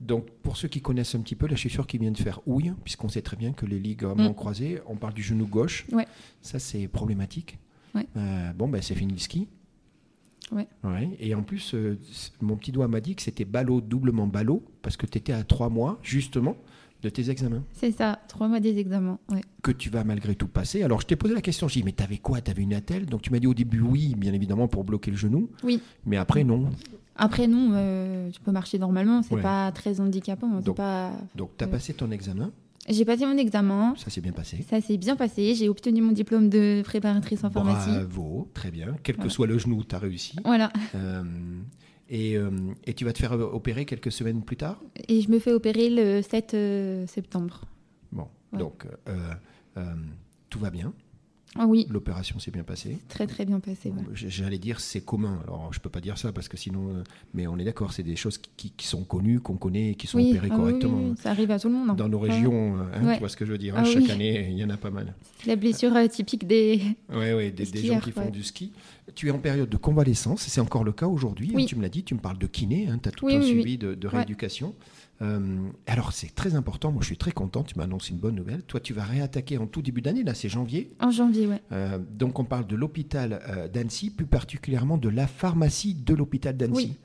[SPEAKER 1] Donc, pour ceux qui connaissent un petit peu, la chaussure qui vient de faire houille, puisqu'on sait très bien que les ligaments
[SPEAKER 2] Mm.
[SPEAKER 1] croisés, on parle du genou gauche.
[SPEAKER 2] Ouais.
[SPEAKER 1] Ça, c'est problématique.
[SPEAKER 2] Ouais.
[SPEAKER 1] Euh, bon, ben, c'est fini le ski.
[SPEAKER 2] Ouais.
[SPEAKER 1] Et en plus, euh, c- mon petit doigt m'a dit que c'était ballot, doublement ballot, parce que tu étais à trois mois, justement, de tes examens,
[SPEAKER 2] C'est ça, trois mois des examens. Ouais.
[SPEAKER 1] que tu vas malgré tout passer. Alors, je t'ai posé la question, j'ai dit, mais t'avais quoi T'avais une attelle Donc, tu m'as dit au début, oui, bien évidemment, pour bloquer le genou.
[SPEAKER 2] Oui. Mm.
[SPEAKER 1] Mais après, non.
[SPEAKER 2] Après, non, euh, tu peux marcher normalement, c'est
[SPEAKER 1] Ouais.
[SPEAKER 2] pas très handicapant. hein, c'est
[SPEAKER 1] Donc-
[SPEAKER 2] Pas...
[SPEAKER 1] Donc, tu as
[SPEAKER 2] Ouais.
[SPEAKER 1] passé ton examen,
[SPEAKER 2] J'ai passé mon examen,
[SPEAKER 1] ça s'est bien passé.
[SPEAKER 2] ça s'est bien passé, j'ai obtenu mon diplôme de
[SPEAKER 1] Bah.
[SPEAKER 2] préparatrice en pharmacie.
[SPEAKER 1] Bravo, très bien. Quel que
[SPEAKER 2] Voilà.
[SPEAKER 1] soit le genou, tu as réussi.
[SPEAKER 2] Voilà,
[SPEAKER 1] Euh, et, euh, et tu vas te faire opérer quelques semaines plus tard
[SPEAKER 2] et je me fais opérer le 7 euh, septembre.
[SPEAKER 1] Bon,
[SPEAKER 2] Ouais.
[SPEAKER 1] donc euh, euh, tout va bien,
[SPEAKER 2] Ah oui,
[SPEAKER 1] l'opération s'est bien passée.
[SPEAKER 2] très très bien passé. ouais.
[SPEAKER 1] Bon, j- J'allais dire c'est commun, alors je peux pas dire ça parce que sinon, euh, mais on est d'accord, c'est des choses qui- qui, qui sont connues, qu'on connaît, et qui sont
[SPEAKER 2] Oui,
[SPEAKER 1] opérées
[SPEAKER 2] ah oui, oui,
[SPEAKER 1] correctement.
[SPEAKER 2] oui, ça arrive à tout le monde. hein.
[SPEAKER 1] Dans nos
[SPEAKER 2] Ouais.
[SPEAKER 1] régions, euh, hein,
[SPEAKER 2] Ouais.
[SPEAKER 1] tu vois ce que je veux dire,
[SPEAKER 2] Ah
[SPEAKER 1] hein, chaque
[SPEAKER 2] oui.
[SPEAKER 1] année, il y en a pas mal.
[SPEAKER 2] La blessure euh, typique des,
[SPEAKER 1] Ouais, ouais, des,
[SPEAKER 2] Des
[SPEAKER 1] des gens
[SPEAKER 2] skieurs,
[SPEAKER 1] qui font
[SPEAKER 2] ouais.
[SPEAKER 1] du ski. Tu es en période de convalescence, c'est encore le cas aujourd'hui. hein,
[SPEAKER 2] Oui.
[SPEAKER 1] tu me l'as dit, tu me parles de kiné, tu as tout
[SPEAKER 2] Oui,
[SPEAKER 1] un
[SPEAKER 2] oui,
[SPEAKER 1] suivi
[SPEAKER 2] oui.
[SPEAKER 1] de, de
[SPEAKER 2] Ouais.
[SPEAKER 1] rééducation. Euh, alors c'est très important, moi je suis très content, tu m'annonces une bonne nouvelle. Toi tu vas réattaquer en tout début d'année, là c'est janvier.
[SPEAKER 2] En janvier, ouais.
[SPEAKER 1] Euh, donc on parle de l'hôpital euh, d'Annecy, plus particulièrement de la pharmacie de l'hôpital d'Annecy.
[SPEAKER 2] Oui.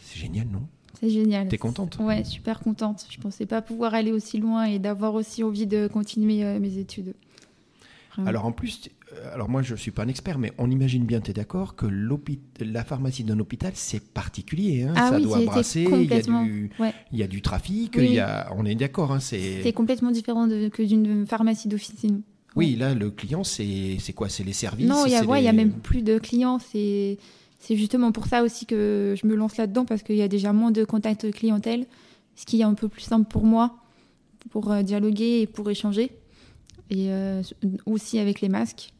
[SPEAKER 1] C'est génial, non
[SPEAKER 2] C'est génial.
[SPEAKER 1] T'es contente
[SPEAKER 2] Ouais, super contente. Je pensais pas pouvoir aller aussi loin et d'avoir aussi envie de continuer euh, mes études. Vraiment.
[SPEAKER 1] Alors en plus, tu- euh, alors moi je suis pas un expert, mais on imagine bien, tu es d'accord, que l'hôpi- la pharmacie d'un hôpital, c'est particulier. hein,
[SPEAKER 2] Ah
[SPEAKER 1] ça
[SPEAKER 2] oui,
[SPEAKER 1] doit
[SPEAKER 2] c'est- c'est
[SPEAKER 1] brasser, il y a
[SPEAKER 2] complètement-
[SPEAKER 1] du,
[SPEAKER 2] ouais.
[SPEAKER 1] il y a du trafic,
[SPEAKER 2] Oui,
[SPEAKER 1] il y a, on est d'accord. hein,
[SPEAKER 2] c'est
[SPEAKER 1] c'est
[SPEAKER 2] complètement différent de- que d'une pharmacie d'officine.
[SPEAKER 1] Ah oui, là le client, c'est c'est quoi C'est les services
[SPEAKER 2] non, il y a,
[SPEAKER 1] c'est
[SPEAKER 2] ouais, il y a
[SPEAKER 1] les-
[SPEAKER 2] même plus de clients. C'est C'est justement pour ça aussi que je me lance là-dedans parce qu'il y a déjà moins de contacts clientèle, ce qui est un peu plus simple pour moi pour euh, dialoguer et pour échanger, et euh, aussi avec les masques.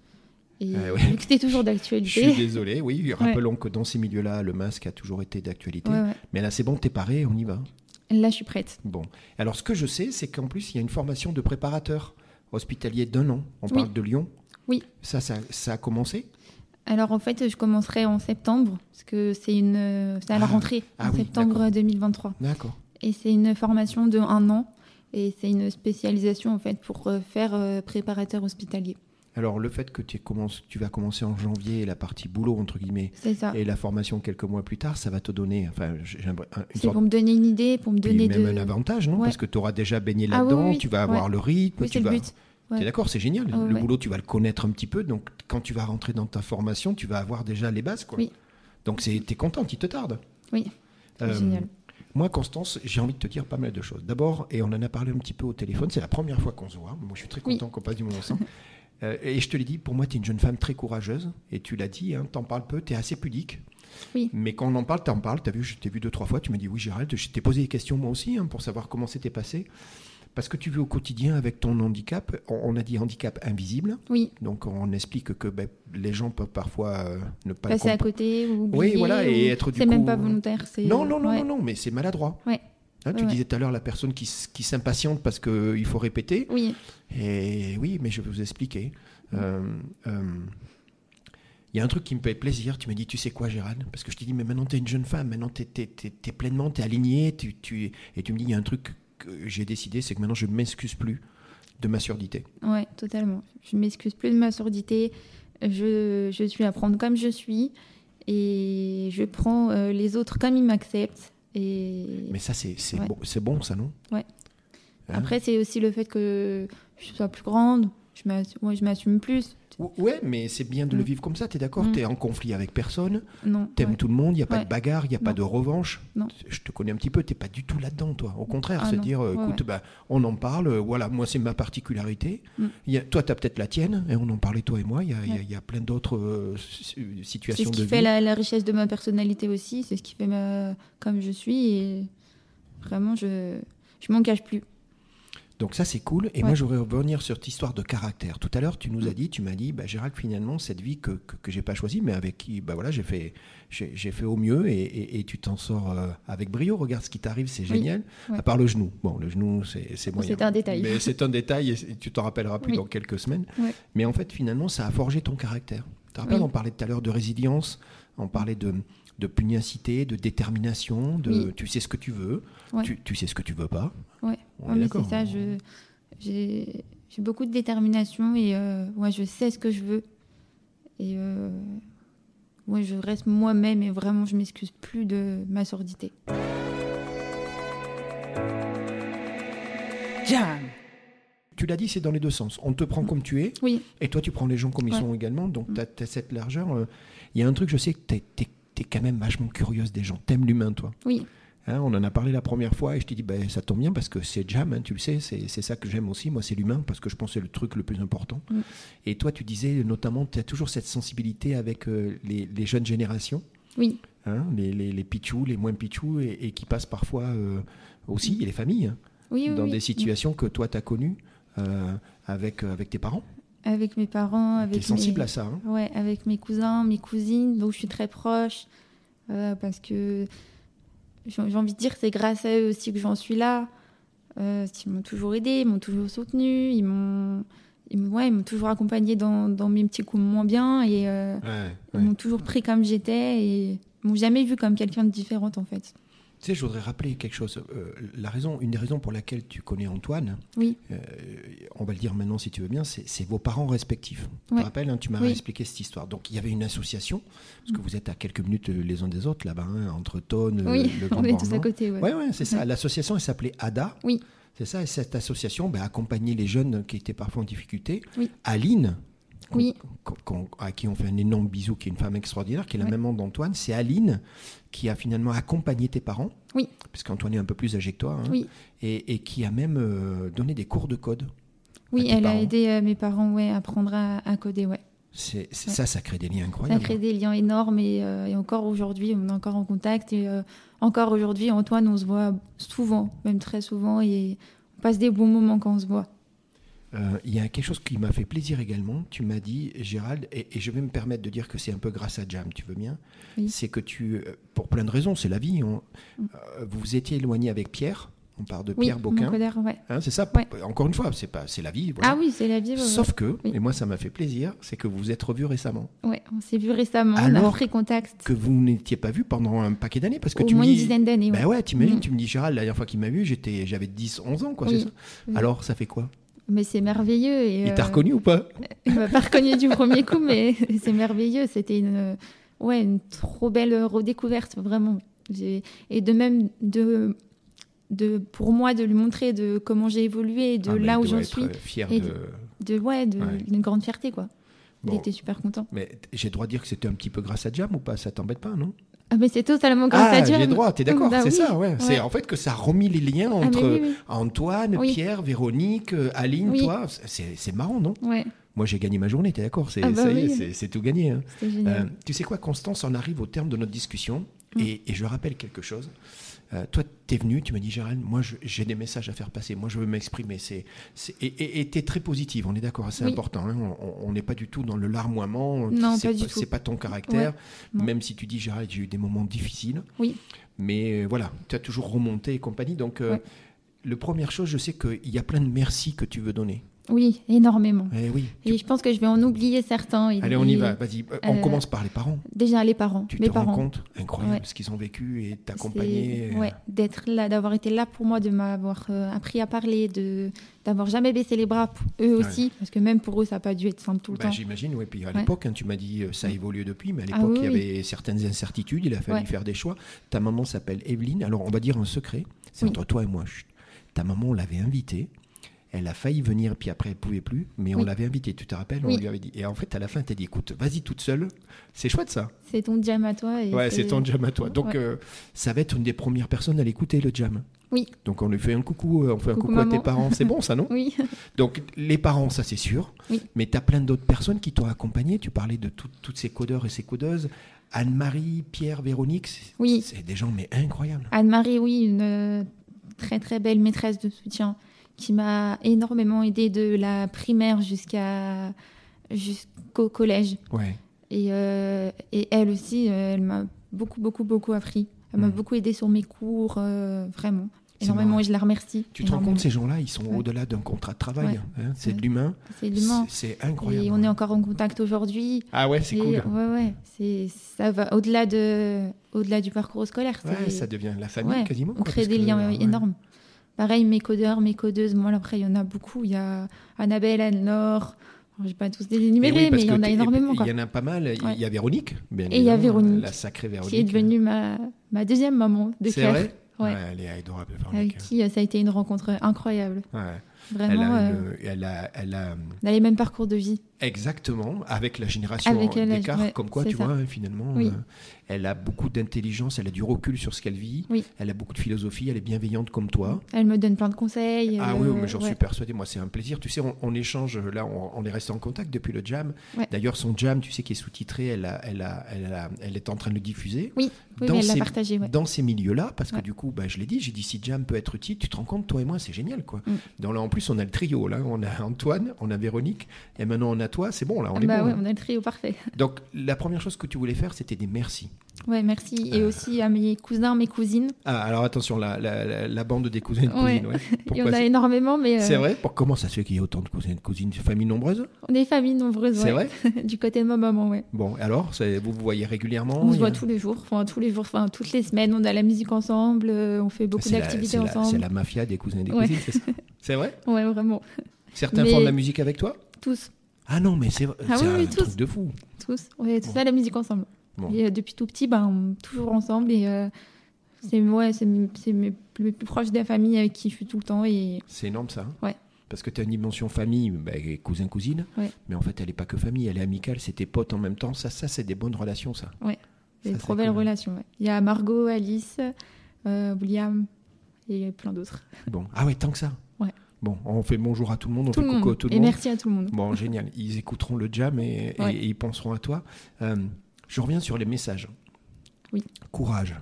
[SPEAKER 2] Et
[SPEAKER 1] Ah ouais.
[SPEAKER 2] Vu que c'était toujours
[SPEAKER 1] Je
[SPEAKER 2] d'actualité.
[SPEAKER 1] suis désolé, oui, rappelons que dans ces milieux-là, le masque a toujours été d'actualité.
[SPEAKER 2] Ouais, ouais.
[SPEAKER 1] Mais là, c'est bon, t'es paré, on y va.
[SPEAKER 2] Là, je suis prête.
[SPEAKER 1] Bon. Alors, ce que je sais, c'est qu'en plus, il y a une formation de préparateur hospitalier d'un an. On
[SPEAKER 2] Oui.
[SPEAKER 1] parle de Lyon.
[SPEAKER 2] Oui.
[SPEAKER 1] Ça, ça, ça a commencé
[SPEAKER 2] Alors en fait, je commencerai en septembre parce que c'est une, euh, c'est à la
[SPEAKER 1] Ah,
[SPEAKER 2] rentrée
[SPEAKER 1] ah
[SPEAKER 2] en
[SPEAKER 1] oui,
[SPEAKER 2] septembre 2023.
[SPEAKER 1] D'accord.
[SPEAKER 2] Et c'est une formation de un an et c'est une spécialisation en fait pour euh, faire euh, préparateur hospitalier.
[SPEAKER 1] Alors, le fait que tu, commences, tu vas commencer en janvier la partie boulot, entre guillemets,
[SPEAKER 2] C'est ça.
[SPEAKER 1] et la formation quelques mois plus tard, ça va te donner enfin, j'ai un- un- une
[SPEAKER 2] C'est
[SPEAKER 1] sorte
[SPEAKER 2] pour me donner une idée, pour me
[SPEAKER 1] puis
[SPEAKER 2] donner
[SPEAKER 1] même
[SPEAKER 2] de.
[SPEAKER 1] un avantage, non
[SPEAKER 2] Ouais.
[SPEAKER 1] Parce que tu auras déjà baigné
[SPEAKER 2] Ah oui,
[SPEAKER 1] là-dedans,
[SPEAKER 2] oui,
[SPEAKER 1] tu vas avoir
[SPEAKER 2] ouais.
[SPEAKER 1] le rythme,
[SPEAKER 2] Oui,
[SPEAKER 1] tu
[SPEAKER 2] c'est le
[SPEAKER 1] vas...
[SPEAKER 2] but.
[SPEAKER 1] T'es
[SPEAKER 2] Ouais.
[SPEAKER 1] d'accord, c'est génial.
[SPEAKER 2] Ah ouais,
[SPEAKER 1] le
[SPEAKER 2] ouais.
[SPEAKER 1] boulot, tu vas le connaître un petit peu. Donc, quand tu vas rentrer dans ta formation, tu vas avoir déjà les bases. Quoi.
[SPEAKER 2] Oui.
[SPEAKER 1] Donc, c'est- t'es contente, il te tarde.
[SPEAKER 2] Oui, c'est
[SPEAKER 1] Euh,
[SPEAKER 2] génial.
[SPEAKER 1] Moi, Constance, j'ai envie de te dire pas mal de choses. D'abord, et on en a parlé un petit peu au téléphone, c'est la première fois qu'on se voit. Moi, je suis très
[SPEAKER 2] Oui.
[SPEAKER 1] content qu'on passe du moment ensemble. Euh, et je te l'ai dit, pour moi, tu es une jeune femme très courageuse. Et tu l'as dit, hein, t'en parles peu, t'es assez pudique.
[SPEAKER 2] Oui.
[SPEAKER 1] Mais quand on en parle, t'en parles. T'as vu, je t'ai vu deux, trois fois. Tu me dis, oui, Gérald, je t'ai posé des questions moi aussi hein, pour savoir comment c'était passé. Parce que tu vis au quotidien avec ton handicap. On, on a dit handicap invisible.
[SPEAKER 2] Oui,
[SPEAKER 1] Donc, on explique que ben, les gens peuvent parfois euh, ne pas le
[SPEAKER 2] passer à
[SPEAKER 1] comprendre.
[SPEAKER 2] côté ou
[SPEAKER 1] Oui,
[SPEAKER 2] oublier,
[SPEAKER 1] voilà, et
[SPEAKER 2] ou-
[SPEAKER 1] être du
[SPEAKER 2] C'est même
[SPEAKER 1] coup- euh,
[SPEAKER 2] pas volontaire. c'est-
[SPEAKER 1] Non, non, non,
[SPEAKER 2] euh, ouais.
[SPEAKER 1] non, non, mais c'est maladroit.
[SPEAKER 2] Ouais.
[SPEAKER 1] Hein, tu
[SPEAKER 2] Ouais, ouais.
[SPEAKER 1] disais tout à l'heure la personne qui, s- qui s'impatiente parce qu'il faut répéter.
[SPEAKER 2] Oui,
[SPEAKER 1] Et oui, mais je vais vous expliquer. Euh, euh, Il y a un truc qui me fait plaisir. Tu m'as dit, tu sais quoi, Gérald Parce que je t'ai dit, mais maintenant, tu es une jeune femme. Maintenant, tu es, pleinement, tu es alignée. Tu, tu... Et tu me dis, il y a un truc que j'ai décidé, c'est que maintenant, je ne m'excuse plus de ma surdité.
[SPEAKER 2] ouais, totalement. Je m'excuse plus de ma surdité. Je, je suis à prendre comme je suis et je prends euh, les autres comme ils m'acceptent. Et
[SPEAKER 1] Mais ça, c'est c'est
[SPEAKER 2] Ouais.
[SPEAKER 1] bon, c'est bon, ça, non hein.
[SPEAKER 2] après, c'est aussi le fait que je sois plus grande. Je m'assume, je m'assume plus.
[SPEAKER 1] Ou- Ouais, mais c'est bien de le
[SPEAKER 2] Mm.
[SPEAKER 1] vivre comme ça, t'es d'accord
[SPEAKER 2] Mm.
[SPEAKER 1] T'es en conflit avec personne,
[SPEAKER 2] Non.
[SPEAKER 1] t'aimes
[SPEAKER 2] ouais.
[SPEAKER 1] tout le monde, il n'y a pas
[SPEAKER 2] Ouais.
[SPEAKER 1] de bagarre, il n'y a pas
[SPEAKER 2] Non.
[SPEAKER 1] de revanche.
[SPEAKER 2] Non.
[SPEAKER 1] Je te connais un petit peu, t'es pas du tout là-dedans, toi. Au contraire,
[SPEAKER 2] Ah
[SPEAKER 1] c'est
[SPEAKER 2] non.
[SPEAKER 1] dire, euh,
[SPEAKER 2] Ouais,
[SPEAKER 1] écoute, bah, on en parle, euh, voilà, moi c'est ma particularité.
[SPEAKER 2] Mm.
[SPEAKER 1] Il Y a, toi, t'as peut-être la tienne, et on en parlait, toi et moi, il y a, il y a-
[SPEAKER 2] Ouais.
[SPEAKER 1] il y a plein d'autres euh, s-
[SPEAKER 2] C'est ce
[SPEAKER 1] situations de
[SPEAKER 2] qui
[SPEAKER 1] vie.
[SPEAKER 2] fait la, la richesse de ma personnalité aussi. C'est ce qui fait ma... comme je suis. Et vraiment, je, je m'en cache plus.
[SPEAKER 1] Donc ça, c'est cool. Et
[SPEAKER 2] Ouais. Mm.
[SPEAKER 1] moi, je voudrais revenir sur cette histoire de caractère. Tout à l'heure, tu nous as dit, tu m'as dit, bah, Gérald, finalement, cette vie que, que, que j'ai pas choisie, mais avec qui, bah voilà, j'ai fait, j'ai j'ai fait au mieux et, et- et tu t'en sors euh, avec brio. Regarde ce qui t'arrive, c'est
[SPEAKER 2] Oui.
[SPEAKER 1] génial.
[SPEAKER 2] Ouais.
[SPEAKER 1] À part le genou. Bon, le genou, c'est c'est moyen.
[SPEAKER 2] C'est un détail.
[SPEAKER 1] Mais c'est un détail et c'est- tu t'en rappelleras plus
[SPEAKER 2] Oui.
[SPEAKER 1] dans quelques semaines.
[SPEAKER 2] Ouais.
[SPEAKER 1] Mais en fait, finalement, ça a forgé ton caractère. Tu te rappelles,
[SPEAKER 2] Oui.
[SPEAKER 1] on parlait tout à l'heure de résilience, on parlait de, de pugnacité, de détermination, de
[SPEAKER 2] Oui.
[SPEAKER 1] tu sais ce que tu veux,
[SPEAKER 2] Ouais.
[SPEAKER 1] tu, tu sais ce que tu veux pas.
[SPEAKER 2] Ouais.
[SPEAKER 1] On
[SPEAKER 2] Ouais,
[SPEAKER 1] est
[SPEAKER 2] mais
[SPEAKER 1] d'accord. hein.
[SPEAKER 2] c'est ça, je- j'ai j'ai beaucoup de détermination et euh, ouais, je sais ce que je veux. Et euh, ouais, je reste moi-même et vraiment, je m'excuse plus de ma surdité.
[SPEAKER 3] Jam.
[SPEAKER 1] Tu l'as dit, c'est dans les deux sens. On te prend comme tu es,
[SPEAKER 2] Oui,
[SPEAKER 1] et toi, tu prends les gens comme ils
[SPEAKER 2] Ouais.
[SPEAKER 1] sont également, donc
[SPEAKER 2] Mm.
[SPEAKER 1] tu as, cette largeur. euh. Il y a un truc, je sais que tu es, quand même vachement curieuse des gens. T'aimes l'humain, toi.
[SPEAKER 2] oui,
[SPEAKER 1] Hein, on en a parlé la première fois et je t'ai dit, ben, ça tombe bien parce que c'est Jam, hein, tu le sais, c'est c'est ça que j'aime aussi. Moi, c'est l'humain parce que je pense que c'est le truc le plus important.
[SPEAKER 2] Mm.
[SPEAKER 1] Et toi, tu disais notamment, tu as toujours cette sensibilité avec euh, les, les jeunes générations,
[SPEAKER 2] oui,
[SPEAKER 1] hein, les, les, les pitchous, les moins pitchous, et, et qui passent parfois euh, aussi,
[SPEAKER 2] Mm.
[SPEAKER 1] et les familles, hein,
[SPEAKER 2] oui. oui,
[SPEAKER 1] dans
[SPEAKER 2] oui.
[SPEAKER 1] des situations que toi, tu as connues euh, avec, euh, avec tes parents.
[SPEAKER 2] Avec mes parents,
[SPEAKER 1] Tu es
[SPEAKER 2] avec
[SPEAKER 1] sensible
[SPEAKER 2] mes...
[SPEAKER 1] à ça. hein.
[SPEAKER 2] Ouais, avec mes cousins, mes cousines, donc je suis très proche. euh, parce que j'ai j'ai envie de dire que c'est grâce à eux aussi que j'en suis là. Euh, ils m'ont toujours aidé, ils m'ont toujours soutenu, ils m'ont ils m'ont- ouais, ils m'ont toujours accompagné dans, dans mes petits coups moins bien et euh, ils m'ont toujours pris comme j'étais et ils m'ont jamais vu comme quelqu'un de différente en fait.
[SPEAKER 1] Tu sais, je voudrais rappeler quelque chose. Euh, la raison, une des raisons pour laquelle tu connais Antoine,
[SPEAKER 2] Oui.
[SPEAKER 1] euh, on va le dire maintenant si tu veux bien, c'est c'est vos parents respectifs. Tu te
[SPEAKER 2] Ouais.
[SPEAKER 1] rappelles, hein, tu m'as
[SPEAKER 2] Oui. Mm.
[SPEAKER 1] expliqué cette histoire. Donc il y avait une association, parce que vous êtes à quelques minutes euh, les uns des autres là-bas, hein, entre Tonne, euh,
[SPEAKER 2] oui,
[SPEAKER 1] le Grand
[SPEAKER 2] on est tous à
[SPEAKER 1] Bornand.
[SPEAKER 2] côté. Ouais.
[SPEAKER 1] Ouais, ouais, c'est ça. L'association, elle s'appelait ADA.
[SPEAKER 2] Oui.
[SPEAKER 1] C'est ça, et cette association ben, accompagnait les jeunes qui étaient parfois en difficulté.
[SPEAKER 2] Oui.
[SPEAKER 1] Aline, qu'on-
[SPEAKER 2] Oui.
[SPEAKER 1] qu'on- qu'on- à qui on fait un énorme bisou, qui est une femme extraordinaire, qui est la
[SPEAKER 2] Oui.
[SPEAKER 1] maman d'Antoine, c'est Aline qui a finalement accompagné tes parents.
[SPEAKER 2] Oui.
[SPEAKER 1] Parce qu'Antoine est un peu plus âgé que toi. hein,
[SPEAKER 2] Oui,
[SPEAKER 1] et, et qui a même euh, donné des cours de code.
[SPEAKER 2] oui
[SPEAKER 1] tes
[SPEAKER 2] elle a
[SPEAKER 1] parents.
[SPEAKER 2] aidé euh, mes parents ouais, à apprendre à, à coder. Ouais.
[SPEAKER 1] C'est, c'est- Ça, ça crée des liens
[SPEAKER 2] Ça
[SPEAKER 1] incroyables.
[SPEAKER 2] crée des liens énormes et, euh, et encore aujourd'hui, on est encore en contact. Et euh, encore aujourd'hui, Antoine, on se voit souvent, même très souvent, et on passe des bons moments quand on se voit.
[SPEAKER 1] Euh, Il y a quelque chose qui m'a fait plaisir également. Tu m'as dit, Gérald, et, et je vais me permettre de dire que c'est un peu grâce à Jam, tu veux bien
[SPEAKER 2] Oui. Mm.
[SPEAKER 1] C'est que tu, euh, pour plein de raisons, c'est la vie. on- euh, vous vous étiez éloigné avec Pierre. On part de Pierre
[SPEAKER 2] oui,
[SPEAKER 1] Boquin.
[SPEAKER 2] mon colère, ouais.
[SPEAKER 1] Hein, c'est ça.
[SPEAKER 2] Ouais.
[SPEAKER 1] Encore une fois, c'est pas, c'est la vie. voilà.
[SPEAKER 2] Ah oui, c'est la vie. ouais, ouais.
[SPEAKER 1] Sauf que,
[SPEAKER 2] Oui.
[SPEAKER 1] et moi ça m'a fait plaisir, c'est que vous vous êtes revus récemment,
[SPEAKER 2] Ouais, on s'est vu récemment, on a
[SPEAKER 1] Alors
[SPEAKER 2] pris contact
[SPEAKER 1] que vous n'étiez pas vus pendant un paquet d'années, parce que
[SPEAKER 2] au
[SPEAKER 1] tu me
[SPEAKER 2] moins une
[SPEAKER 1] dis,
[SPEAKER 2] dizaine d'années. ouais.
[SPEAKER 1] ben ouais, t'imagines,
[SPEAKER 2] Mm.
[SPEAKER 1] tu me dis Gérald, la dernière fois qu'il m'a vu, j'étais, j'avais 10, 11 ans, quoi,
[SPEAKER 2] Oui.
[SPEAKER 1] c'est ça
[SPEAKER 2] Oui.
[SPEAKER 1] Alors ça fait quoi
[SPEAKER 2] Mais c'est merveilleux. Et,
[SPEAKER 1] Il t'a
[SPEAKER 2] euh,
[SPEAKER 1] reconnu ou pas
[SPEAKER 2] Il m'a pas reconnu du premier coup, mais c'est merveilleux. C'était une, ouais, une trop belle redécouverte, vraiment. J'ai- Et de même, de, de, pour moi, de lui montrer de comment j'ai évolué, de
[SPEAKER 1] Ah, mais
[SPEAKER 2] là
[SPEAKER 1] il
[SPEAKER 2] où
[SPEAKER 1] doit
[SPEAKER 2] j'en
[SPEAKER 1] être,
[SPEAKER 2] suis,
[SPEAKER 1] euh, Fier
[SPEAKER 2] et
[SPEAKER 1] de...
[SPEAKER 2] de, ouais, de,
[SPEAKER 1] Ouais.
[SPEAKER 2] d'une grande fierté, quoi.
[SPEAKER 1] Bon.
[SPEAKER 2] Il était super content.
[SPEAKER 1] Mais t- j'ai le droit de dire que c'était un petit peu grâce à Jam ou pas Ça t'embête pas, non
[SPEAKER 2] Ah, mais c'est totalement grâce
[SPEAKER 1] Ah,
[SPEAKER 2] à Dieu.
[SPEAKER 1] j'ai le droit, t'es d'accord,
[SPEAKER 2] Bah
[SPEAKER 1] c'est
[SPEAKER 2] oui,
[SPEAKER 1] ça, ouais. C'est
[SPEAKER 2] ouais.
[SPEAKER 1] en fait que ça a remis les liens
[SPEAKER 2] Ah, mais
[SPEAKER 1] entre
[SPEAKER 2] oui,
[SPEAKER 1] Antoine,
[SPEAKER 2] Oui.
[SPEAKER 1] Pierre, Véronique, euh, Aline,
[SPEAKER 2] Oui.
[SPEAKER 1] toi. C'est, c'est marrant, non
[SPEAKER 2] oui. Ouais,
[SPEAKER 1] Moi j'ai gagné ma journée, t'es d'accord c'est,
[SPEAKER 2] Ah bah
[SPEAKER 1] Ça y est,
[SPEAKER 2] oui.
[SPEAKER 1] c'est, c'est tout gagné. hein.
[SPEAKER 2] c'était génial.
[SPEAKER 1] Euh, tu sais quoi, Constance, on arrive au terme de notre discussion
[SPEAKER 2] Mm.
[SPEAKER 1] et, et je rappelle quelque chose. Euh, toi, tu es venu, tu m'as dit, Gérald, moi je- j'ai des messages à faire passer, moi je veux m'exprimer. C'est, c'est- et tu es très positive, on est d'accord, c'est
[SPEAKER 2] Oui.
[SPEAKER 1] important. hein, on- on n'est pas du tout dans le larmoiement,
[SPEAKER 2] Non,
[SPEAKER 1] c'est
[SPEAKER 2] pas du tout.
[SPEAKER 1] c'est pas ton caractère.
[SPEAKER 2] non.
[SPEAKER 1] même si tu dis, Gérald, j'ai eu des moments difficiles,
[SPEAKER 2] Oui,
[SPEAKER 1] mais euh, voilà, tu as toujours remonté et compagnie. Donc, euh,
[SPEAKER 2] Ouais.
[SPEAKER 1] le première chose, je sais qu'il y a plein de merci que tu veux donner.
[SPEAKER 2] oui, énormément.
[SPEAKER 1] Eh oui.
[SPEAKER 2] Et je pense que je vais en oublier certains. et-
[SPEAKER 1] Allez, on y
[SPEAKER 2] et-
[SPEAKER 1] va, vas-y, euh, on
[SPEAKER 2] euh,
[SPEAKER 1] commence par les parents.
[SPEAKER 2] Déjà, les parents,
[SPEAKER 1] Tu
[SPEAKER 2] mes
[SPEAKER 1] te rends
[SPEAKER 2] parents.
[SPEAKER 1] compte Incroyable
[SPEAKER 2] Ouais.
[SPEAKER 1] ce qu'ils ont vécu et
[SPEAKER 2] C'est-
[SPEAKER 1] t'accompagner. euh,
[SPEAKER 2] ouais, d'être là, d'avoir été là pour moi, de m'avoir euh, appris à parler, de d'avoir jamais baissé les bras pour eux
[SPEAKER 1] Ouais.
[SPEAKER 2] aussi, parce que même pour eux, ça n'a pas dû être simple tout le
[SPEAKER 1] Bah,
[SPEAKER 2] temps.
[SPEAKER 1] J'imagine, oui. Puis à
[SPEAKER 2] Ouais.
[SPEAKER 1] l'époque, hein, tu m'as dit, euh, ça a évolué depuis, mais à
[SPEAKER 2] Ah
[SPEAKER 1] l'époque, il y
[SPEAKER 2] oui, oui.
[SPEAKER 1] avait certaines incertitudes, il a fallu
[SPEAKER 2] Ouais.
[SPEAKER 1] faire des choix. Ta maman s'appelle Evelyne, alors on va dire un secret, c'est
[SPEAKER 2] Oui.
[SPEAKER 1] entre toi et moi. Chut. Ta maman, on l'avait invitée, elle a failli venir, puis après, elle pouvait plus, mais on
[SPEAKER 2] Oui.
[SPEAKER 1] l'avait invitée, tu te rappelles On
[SPEAKER 2] Oui.
[SPEAKER 1] lui avait dit. Et en fait, à la fin, t'as dit, écoute, vas-y toute seule, c'est chouette ça.
[SPEAKER 2] C'est ton jam à toi. Et
[SPEAKER 1] Ouais, c'est ton jam à toi. Donc,
[SPEAKER 2] Ouais.
[SPEAKER 1] euh, ça va être une des premières personnes à l'écouter, le jam.
[SPEAKER 2] Oui.
[SPEAKER 1] Donc, on lui fait un coucou, euh, on fait un
[SPEAKER 2] Coucou,
[SPEAKER 1] coucou à
[SPEAKER 2] maman.
[SPEAKER 1] tes parents. C'est bon, ça, non
[SPEAKER 2] Oui,
[SPEAKER 1] donc les parents, ça c'est sûr,
[SPEAKER 2] Oui.
[SPEAKER 1] mais tu as plein d'autres personnes qui t'ont accompagné. Tu parlais de tout- toutes ces codeurs et ces codeuses. Anne-Marie, Pierre, Véronique, c'est
[SPEAKER 2] Oui.
[SPEAKER 1] c'est des gens mais incroyables.
[SPEAKER 2] Anne-Marie, oui, une euh, très très belle maîtresse de soutien qui m'a énormément aidée de la primaire jusqu'à jusqu'au collège.
[SPEAKER 1] Ouais.
[SPEAKER 2] Et, euh, et elle aussi, euh, elle m'a beaucoup beaucoup beaucoup appris. Elle m'a
[SPEAKER 1] Mhm.
[SPEAKER 2] beaucoup aidée sur mes cours, euh, vraiment.
[SPEAKER 1] C'est
[SPEAKER 2] Énormément,
[SPEAKER 1] marrant.
[SPEAKER 2] et je la remercie.
[SPEAKER 1] Tu te rends
[SPEAKER 2] énormément.
[SPEAKER 1] compte, ces gens-là, ils sont
[SPEAKER 2] Ouais.
[SPEAKER 1] au-delà d'un contrat de travail.
[SPEAKER 2] Ouais.
[SPEAKER 1] hein. c'est de
[SPEAKER 2] Ouais.
[SPEAKER 1] l'humain.
[SPEAKER 2] C'est l'humain.
[SPEAKER 1] C'est c'est incroyable.
[SPEAKER 2] Et on est encore en contact aujourd'hui.
[SPEAKER 1] Ah ouais, c'est
[SPEAKER 2] Et
[SPEAKER 1] cool.
[SPEAKER 2] Ouais, ouais. C'est, ça va au-delà, de, au-delà du parcours scolaire.
[SPEAKER 1] Ouais,
[SPEAKER 2] c'est-
[SPEAKER 1] ça devient la famille
[SPEAKER 2] ouais,
[SPEAKER 1] quasiment.
[SPEAKER 2] on
[SPEAKER 1] quoi,
[SPEAKER 2] crée
[SPEAKER 1] parce
[SPEAKER 2] des
[SPEAKER 1] que,
[SPEAKER 2] liens
[SPEAKER 1] euh,
[SPEAKER 2] oui,
[SPEAKER 1] ouais.
[SPEAKER 2] énormes. Pareil, mes codeurs, mes codeuses. Moi, après, il y en a beaucoup. Il y a Annabelle, Anne-Laure. Je vais pas tous les
[SPEAKER 1] Et
[SPEAKER 2] énumérer,
[SPEAKER 1] Eh oui, parce
[SPEAKER 2] mais il y
[SPEAKER 1] que
[SPEAKER 2] en a
[SPEAKER 1] t'es-
[SPEAKER 2] énormément. Quoi,
[SPEAKER 1] Il y en a pas mal. Il
[SPEAKER 2] Ouais.
[SPEAKER 1] y a Véronique. bien
[SPEAKER 2] Et il y a
[SPEAKER 1] évidemment,
[SPEAKER 2] Véronique,
[SPEAKER 1] La sacrée Véronique.
[SPEAKER 2] qui est devenue ma, ma deuxième maman de
[SPEAKER 1] C'est
[SPEAKER 2] cœur.
[SPEAKER 1] vrai
[SPEAKER 2] Ouais.
[SPEAKER 1] Elle est adorable,
[SPEAKER 2] Avec
[SPEAKER 1] Véronique.
[SPEAKER 2] qui euh, ça a été une rencontre incroyable.
[SPEAKER 1] Ouais. Elle,
[SPEAKER 2] Vraiment,
[SPEAKER 1] a
[SPEAKER 2] euh,
[SPEAKER 1] une- elle a- elle a
[SPEAKER 2] on a les mêmes parcours de vie.
[SPEAKER 1] Exactement, avec la génération
[SPEAKER 2] Avec elle,
[SPEAKER 1] d'écart,
[SPEAKER 2] ouais,
[SPEAKER 1] comme quoi,
[SPEAKER 2] c'est
[SPEAKER 1] tu
[SPEAKER 2] ça.
[SPEAKER 1] vois, finalement,
[SPEAKER 2] Oui.
[SPEAKER 1] euh, elle a beaucoup d'intelligence, elle a du recul sur ce qu'elle vit,
[SPEAKER 2] Oui.
[SPEAKER 1] elle a beaucoup de philosophie, elle est bienveillante comme toi.
[SPEAKER 2] Elle me donne plein de conseils.
[SPEAKER 1] Ah
[SPEAKER 2] euh,
[SPEAKER 1] oui, oui, mais j'en
[SPEAKER 2] ouais.
[SPEAKER 1] suis persuadé, moi c'est un plaisir. Tu sais, on, on échange, euh, là on, on est resté en contact depuis le jam.
[SPEAKER 2] Ouais.
[SPEAKER 1] D'ailleurs, son jam, tu sais, qui est sous-titré, elle, a- elle, a- elle, a- elle est en train de le diffuser.
[SPEAKER 2] Oui, oui,
[SPEAKER 1] dans
[SPEAKER 2] mais elle l'a
[SPEAKER 1] ses-
[SPEAKER 2] partagé. ouais.
[SPEAKER 1] Dans ces milieux-là, parce que
[SPEAKER 2] Ouais.
[SPEAKER 1] du coup, bah, je l'ai dit, j'ai dit si Jam peut être utile, tu te rends compte, toi et moi, c'est génial. quoi.
[SPEAKER 2] Mm.
[SPEAKER 1] Donc là, en plus, on a le trio, là, on a Antoine, on a Véronique, et maintenant on a toi, c'est bon, là, on
[SPEAKER 2] Ah
[SPEAKER 1] est
[SPEAKER 2] bah
[SPEAKER 1] bon.
[SPEAKER 2] ouais,
[SPEAKER 1] là.
[SPEAKER 2] on a le trio parfait.
[SPEAKER 1] Donc, la première chose que tu voulais faire, c'était des merci.
[SPEAKER 2] Ouais, merci. Et
[SPEAKER 1] Euh.
[SPEAKER 2] aussi à mes cousins, mes cousines.
[SPEAKER 1] Ah, alors attention, la, la- la- la bande des cousins et de
[SPEAKER 2] Ouais.
[SPEAKER 1] cousines. ouais.
[SPEAKER 2] Il y
[SPEAKER 1] Pourquoi
[SPEAKER 2] en a
[SPEAKER 1] c'est-
[SPEAKER 2] énormément, mais euh,
[SPEAKER 1] c'est vrai Pour- Comment ça se fait qu'il y ait autant de cousins et de cousines C'est une famille nombreuse
[SPEAKER 2] on est famille nombreuse.
[SPEAKER 1] C'est
[SPEAKER 2] ouais.
[SPEAKER 1] vrai
[SPEAKER 2] du côté de ma maman, ouais.
[SPEAKER 1] Bon, alors, c'est- vous vous voyez régulièrement
[SPEAKER 2] on
[SPEAKER 1] il
[SPEAKER 2] se
[SPEAKER 1] y
[SPEAKER 2] voit
[SPEAKER 1] a-
[SPEAKER 2] tous les jours, enfin tous les jours, enfin toutes les semaines. On a la musique ensemble, euh, on fait beaucoup
[SPEAKER 1] Ah, C'est la-
[SPEAKER 2] d'activités
[SPEAKER 1] c'est la- C'est
[SPEAKER 2] ensemble.
[SPEAKER 1] la mafia des cousins et des
[SPEAKER 2] Ouais.
[SPEAKER 1] cousines, c'est ça C'est vrai
[SPEAKER 2] Ouais, vraiment.
[SPEAKER 1] Certains
[SPEAKER 2] Mais-
[SPEAKER 1] font de la musique avec toi
[SPEAKER 2] Tous,
[SPEAKER 1] Ah non, mais c'est
[SPEAKER 2] Ah
[SPEAKER 1] c'est
[SPEAKER 2] oui,
[SPEAKER 1] un
[SPEAKER 2] oui,
[SPEAKER 1] truc
[SPEAKER 2] tous.
[SPEAKER 1] de fou.
[SPEAKER 2] tous. On est tous
[SPEAKER 1] Bon.
[SPEAKER 2] à la musique ensemble.
[SPEAKER 1] Bon.
[SPEAKER 2] Et euh, depuis tout petit, ben, on est toujours ensemble. Et euh, c'est ouais, c'est mes- c'est mes plus, mes plus proches de la famille avec qui je suis tout le temps. Et
[SPEAKER 1] C'est énorme ça. hein
[SPEAKER 2] Ouais.
[SPEAKER 1] Parce que tu as une dimension famille, bah, cousin-cousine,
[SPEAKER 2] Ouais.
[SPEAKER 1] mais en fait, elle n'est pas que famille, elle est amicale, c'est tes potes en même temps. Ça, ça c'est des bonnes relations, ça.
[SPEAKER 2] c'est
[SPEAKER 1] Ça,
[SPEAKER 2] une trop
[SPEAKER 1] c'est
[SPEAKER 2] belle
[SPEAKER 1] cool.
[SPEAKER 2] relation. ouais. Il y a Margot, Alice, euh, William et plein d'autres.
[SPEAKER 1] Bon. Ah ouais, tant que ça
[SPEAKER 2] Ouais.
[SPEAKER 1] Bon, on fait bonjour à tout le monde, on
[SPEAKER 2] Tout
[SPEAKER 1] fait
[SPEAKER 2] le
[SPEAKER 1] coucou à
[SPEAKER 2] monde.
[SPEAKER 1] tout le
[SPEAKER 2] Et
[SPEAKER 1] monde.
[SPEAKER 2] merci à tout le monde.
[SPEAKER 1] Bon, génial. Ils écouteront le jam et, et-
[SPEAKER 2] Ouais.
[SPEAKER 1] et ils penseront à toi. Euh, je reviens sur les messages.
[SPEAKER 2] Oui.
[SPEAKER 1] Courage.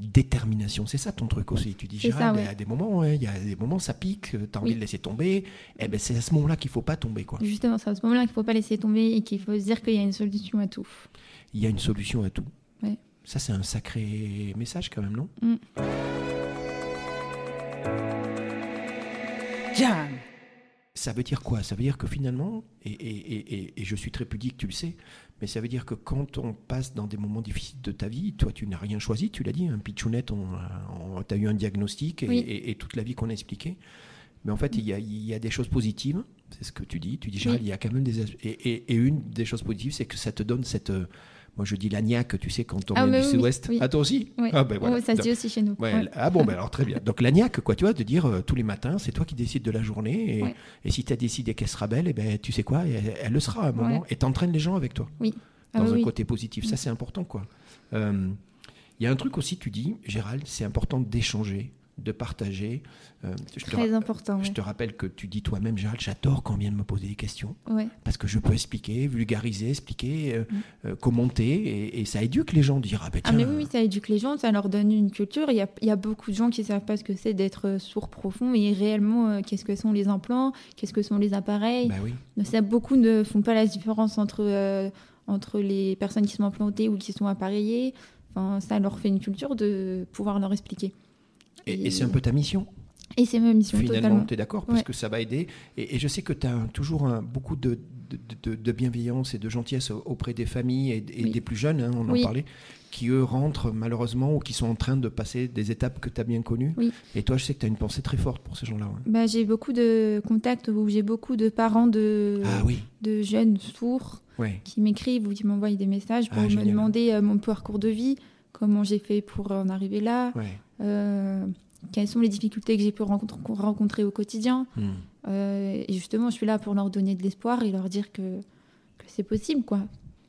[SPEAKER 1] Détermination, c'est ça ton truc aussi. Tu dis,
[SPEAKER 2] C'est ça,
[SPEAKER 1] Gérald,
[SPEAKER 2] ouais.
[SPEAKER 1] à des moments, ouais, il y a des moments, ça pique, euh, t'as envie
[SPEAKER 2] Oui.
[SPEAKER 1] de laisser tomber. Eh ben, c'est à ce moment-là qu'il faut pas tomber, quoi.
[SPEAKER 2] Justement, c'est à ce moment-là qu'il ne faut pas laisser tomber et qu'il faut se dire qu'il y a une solution à tout.
[SPEAKER 1] Il y a une solution à tout.
[SPEAKER 2] Ouais.
[SPEAKER 1] Ça, c'est un sacré message quand même, non
[SPEAKER 3] Jam.
[SPEAKER 1] Ça veut dire quoi Ça veut dire que finalement, et, et- et- et- et je suis très pudique, tu le sais, mais ça veut dire que quand on passe dans des moments difficiles de ta vie, toi tu n'as rien choisi, tu l'as dit, un pitchounette, on, on- t'as eu un diagnostic et,
[SPEAKER 2] Oui.
[SPEAKER 1] et- et toute la vie qu'on a expliquée. Mais en fait, il y a, il y a des choses positives, c'est ce que tu dis. Tu dis, Gérald,
[SPEAKER 2] Oui.
[SPEAKER 1] il y a quand même des. as- Et, et- et une des choses positives, c'est que ça te donne cette. euh, moi je dis la niaque, tu sais, quand on
[SPEAKER 2] Ah,
[SPEAKER 1] vient
[SPEAKER 2] mais
[SPEAKER 1] du
[SPEAKER 2] oui,
[SPEAKER 1] sud-ouest.
[SPEAKER 2] oui.
[SPEAKER 1] Ah, toi aussi
[SPEAKER 2] Ouais.
[SPEAKER 1] Ah, ben voilà.
[SPEAKER 2] Ouais, ça se
[SPEAKER 1] Donc,
[SPEAKER 2] dit aussi chez nous.
[SPEAKER 1] Ouais,
[SPEAKER 2] Ouais.
[SPEAKER 1] l- Ah bon, ben alors très bien. Donc l'agnac, quoi, tu vois, de dire euh, tous les matins, c'est toi qui décides de la journée. Et,
[SPEAKER 2] Ouais.
[SPEAKER 1] et si tu as décidé qu'elle sera belle, et ben, tu sais quoi, elle, elle le sera à un moment.
[SPEAKER 2] Ouais.
[SPEAKER 1] Et t'entraînes les gens avec toi,
[SPEAKER 2] Ah
[SPEAKER 1] dans
[SPEAKER 2] oui,
[SPEAKER 1] un
[SPEAKER 2] oui.
[SPEAKER 1] côté positif. Ça, c'est important, quoi. Euh, Il y a un truc aussi, tu dis, Gérald, c'est important d'échanger, de partager. Euh, je, te ra-
[SPEAKER 2] Très important.
[SPEAKER 1] je
[SPEAKER 2] ouais.
[SPEAKER 1] te rappelle que tu dis toi-même, Gérald, j'adore quand on vient de me poser des questions.
[SPEAKER 2] Ouais.
[SPEAKER 1] Parce que je peux expliquer, vulgariser, expliquer, euh, euh, commenter. Et, et ça éduque les gens, dire, ah ben
[SPEAKER 2] Mm. Ah
[SPEAKER 1] tiens,
[SPEAKER 2] mais oui, oui, ça éduque les gens, ça leur donne une culture. Il y a, il y a beaucoup de gens qui ne savent pas ce que c'est d'être euh, sourd profond et réellement euh, qu'est-ce que sont les implants, qu'est-ce que sont les appareils.
[SPEAKER 1] ben oui.
[SPEAKER 2] Ça, beaucoup ne font pas la différence entre, euh, entre les personnes qui sont implantées ou qui sont appareillées. Enfin, ça leur fait une culture de pouvoir leur expliquer.
[SPEAKER 1] Et- et c'est un peu ta mission.
[SPEAKER 2] Et c'est ma mission
[SPEAKER 1] Finalement,
[SPEAKER 2] totalement.
[SPEAKER 1] tu es d'accord Parce
[SPEAKER 2] Ouais.
[SPEAKER 1] que ça va aider. Et, et je sais que tu as toujours un- beaucoup de, de- de- de bienveillance et de gentillesse a- auprès des familles et, et
[SPEAKER 2] Oui.
[SPEAKER 1] des plus jeunes, hein, on en
[SPEAKER 2] Oui.
[SPEAKER 1] parlait, qui eux rentrent malheureusement ou qui sont en train de passer des étapes que tu as bien connues.
[SPEAKER 2] Oui.
[SPEAKER 1] Et toi, je sais que tu as une pensée très forte pour ces gens-là. hein.
[SPEAKER 2] Bah, j'ai beaucoup de contacts où j'ai beaucoup de parents de,
[SPEAKER 1] Ah oui,
[SPEAKER 2] de jeunes sourds
[SPEAKER 1] ouais.
[SPEAKER 2] qui m'écrivent ou qui m'envoient des messages pour
[SPEAKER 1] Ah,
[SPEAKER 2] me
[SPEAKER 1] génial.
[SPEAKER 2] demander euh, mon parcours de vie, comment j'ai fait pour en arriver là,
[SPEAKER 1] ouais.
[SPEAKER 2] euh, quelles sont les difficultés que j'ai pu rencontre- rencontrer au quotidien.
[SPEAKER 1] Hmm.
[SPEAKER 2] Euh, et justement, je suis là pour leur donner de l'espoir et leur dire que, que c'est possible, quoi.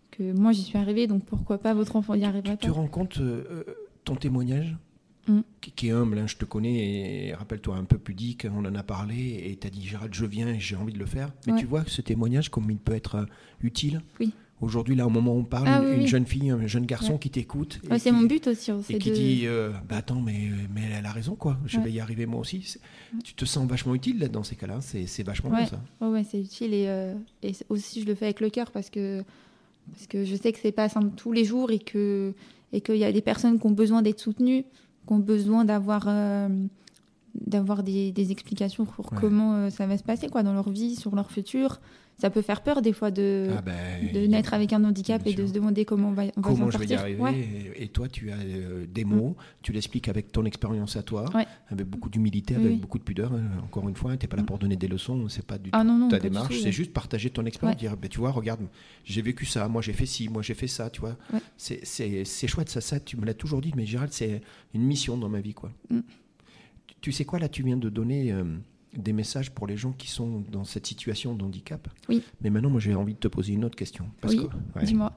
[SPEAKER 2] Que moi, j'y suis arrivée, donc pourquoi pas votre enfant y
[SPEAKER 1] Tu
[SPEAKER 2] arrivera
[SPEAKER 1] te
[SPEAKER 2] pas.
[SPEAKER 1] rends compte, euh, euh, ton témoignage
[SPEAKER 2] Mm.
[SPEAKER 1] qui, qui est humble, hein, je te connais, et rappelle-toi, un peu pudique, on en a parlé, et tu as dit Gérald, je viens et j'ai envie de le faire. Mais
[SPEAKER 2] Ouais.
[SPEAKER 1] tu vois que ce témoignage, comme il peut être euh, utile.
[SPEAKER 2] Oui.
[SPEAKER 1] Aujourd'hui, là, au moment où on parle,
[SPEAKER 2] Ah
[SPEAKER 1] une,
[SPEAKER 2] oui,
[SPEAKER 1] une
[SPEAKER 2] oui.
[SPEAKER 1] jeune fille, un jeune garçon qui t'écoute. et
[SPEAKER 2] Ouais, c'est
[SPEAKER 1] qui-
[SPEAKER 2] mon but aussi. hein,
[SPEAKER 1] Et
[SPEAKER 2] c'est
[SPEAKER 1] qui
[SPEAKER 2] de-
[SPEAKER 1] dit, euh, bah attends, mais, mais elle a raison, quoi. Je
[SPEAKER 2] Ouais.
[SPEAKER 1] vais y arriver moi aussi. C'est- Tu te sens vachement utile là, dans ces cas-là. hein. C'est c'est vachement bien, ça.
[SPEAKER 2] Ouais, ouais, c'est utile et, euh, et c'est- aussi je le fais avec le cœur parce que parce que je sais que c'est pas simple tous les jours et que et qu'il y a des personnes qui ont besoin d'être soutenues, qui ont besoin d'avoir euh, d'avoir des, des explications pour
[SPEAKER 1] Ouais.
[SPEAKER 2] comment euh, ça va se passer quoi dans leur vie, sur leur futur. Ça peut faire peur des fois de
[SPEAKER 1] Ah ben,
[SPEAKER 2] de naître avec un handicap
[SPEAKER 1] Bien
[SPEAKER 2] et de
[SPEAKER 1] sûr.
[SPEAKER 2] se demander comment on va, on va
[SPEAKER 1] comment je
[SPEAKER 2] s'en
[SPEAKER 1] vais y
[SPEAKER 2] sortir.
[SPEAKER 1] arriver.
[SPEAKER 2] Ouais. Mm.
[SPEAKER 1] Et toi, tu as euh, des mots, tu l'expliques avec ton expérience à toi,
[SPEAKER 2] Ouais.
[SPEAKER 1] avec beaucoup d'humilité,
[SPEAKER 2] Oui,
[SPEAKER 1] avec
[SPEAKER 2] oui. Mm.
[SPEAKER 1] beaucoup de pudeur. hein. Encore une fois, tu n'es pas là pour donner des leçons, c'est pas du tout
[SPEAKER 2] Ah non non,
[SPEAKER 1] ta
[SPEAKER 2] pas du
[SPEAKER 1] démarche,
[SPEAKER 2] tout,
[SPEAKER 1] c'est
[SPEAKER 2] ouais.
[SPEAKER 1] juste partager ton expérience,
[SPEAKER 2] Ouais.
[SPEAKER 1] dire, ben, tu vois, regarde, j'ai vécu ça, moi j'ai fait ci, moi j'ai fait ça, tu vois.
[SPEAKER 2] Ouais.
[SPEAKER 1] C'est- C'est c'est chouette, ça, ça, tu me l'as toujours dit, mais Gérald, c'est une mission dans ma vie, quoi.
[SPEAKER 2] Mm.
[SPEAKER 1] Tu- Tu sais quoi, là, tu viens de donner... euh, des messages pour les gens qui sont dans cette situation d'handicap.
[SPEAKER 2] Oui.
[SPEAKER 1] Mais maintenant, moi, j'ai envie de te poser une autre question.
[SPEAKER 2] Oui,
[SPEAKER 1] que- ouais
[SPEAKER 2] Dis-moi.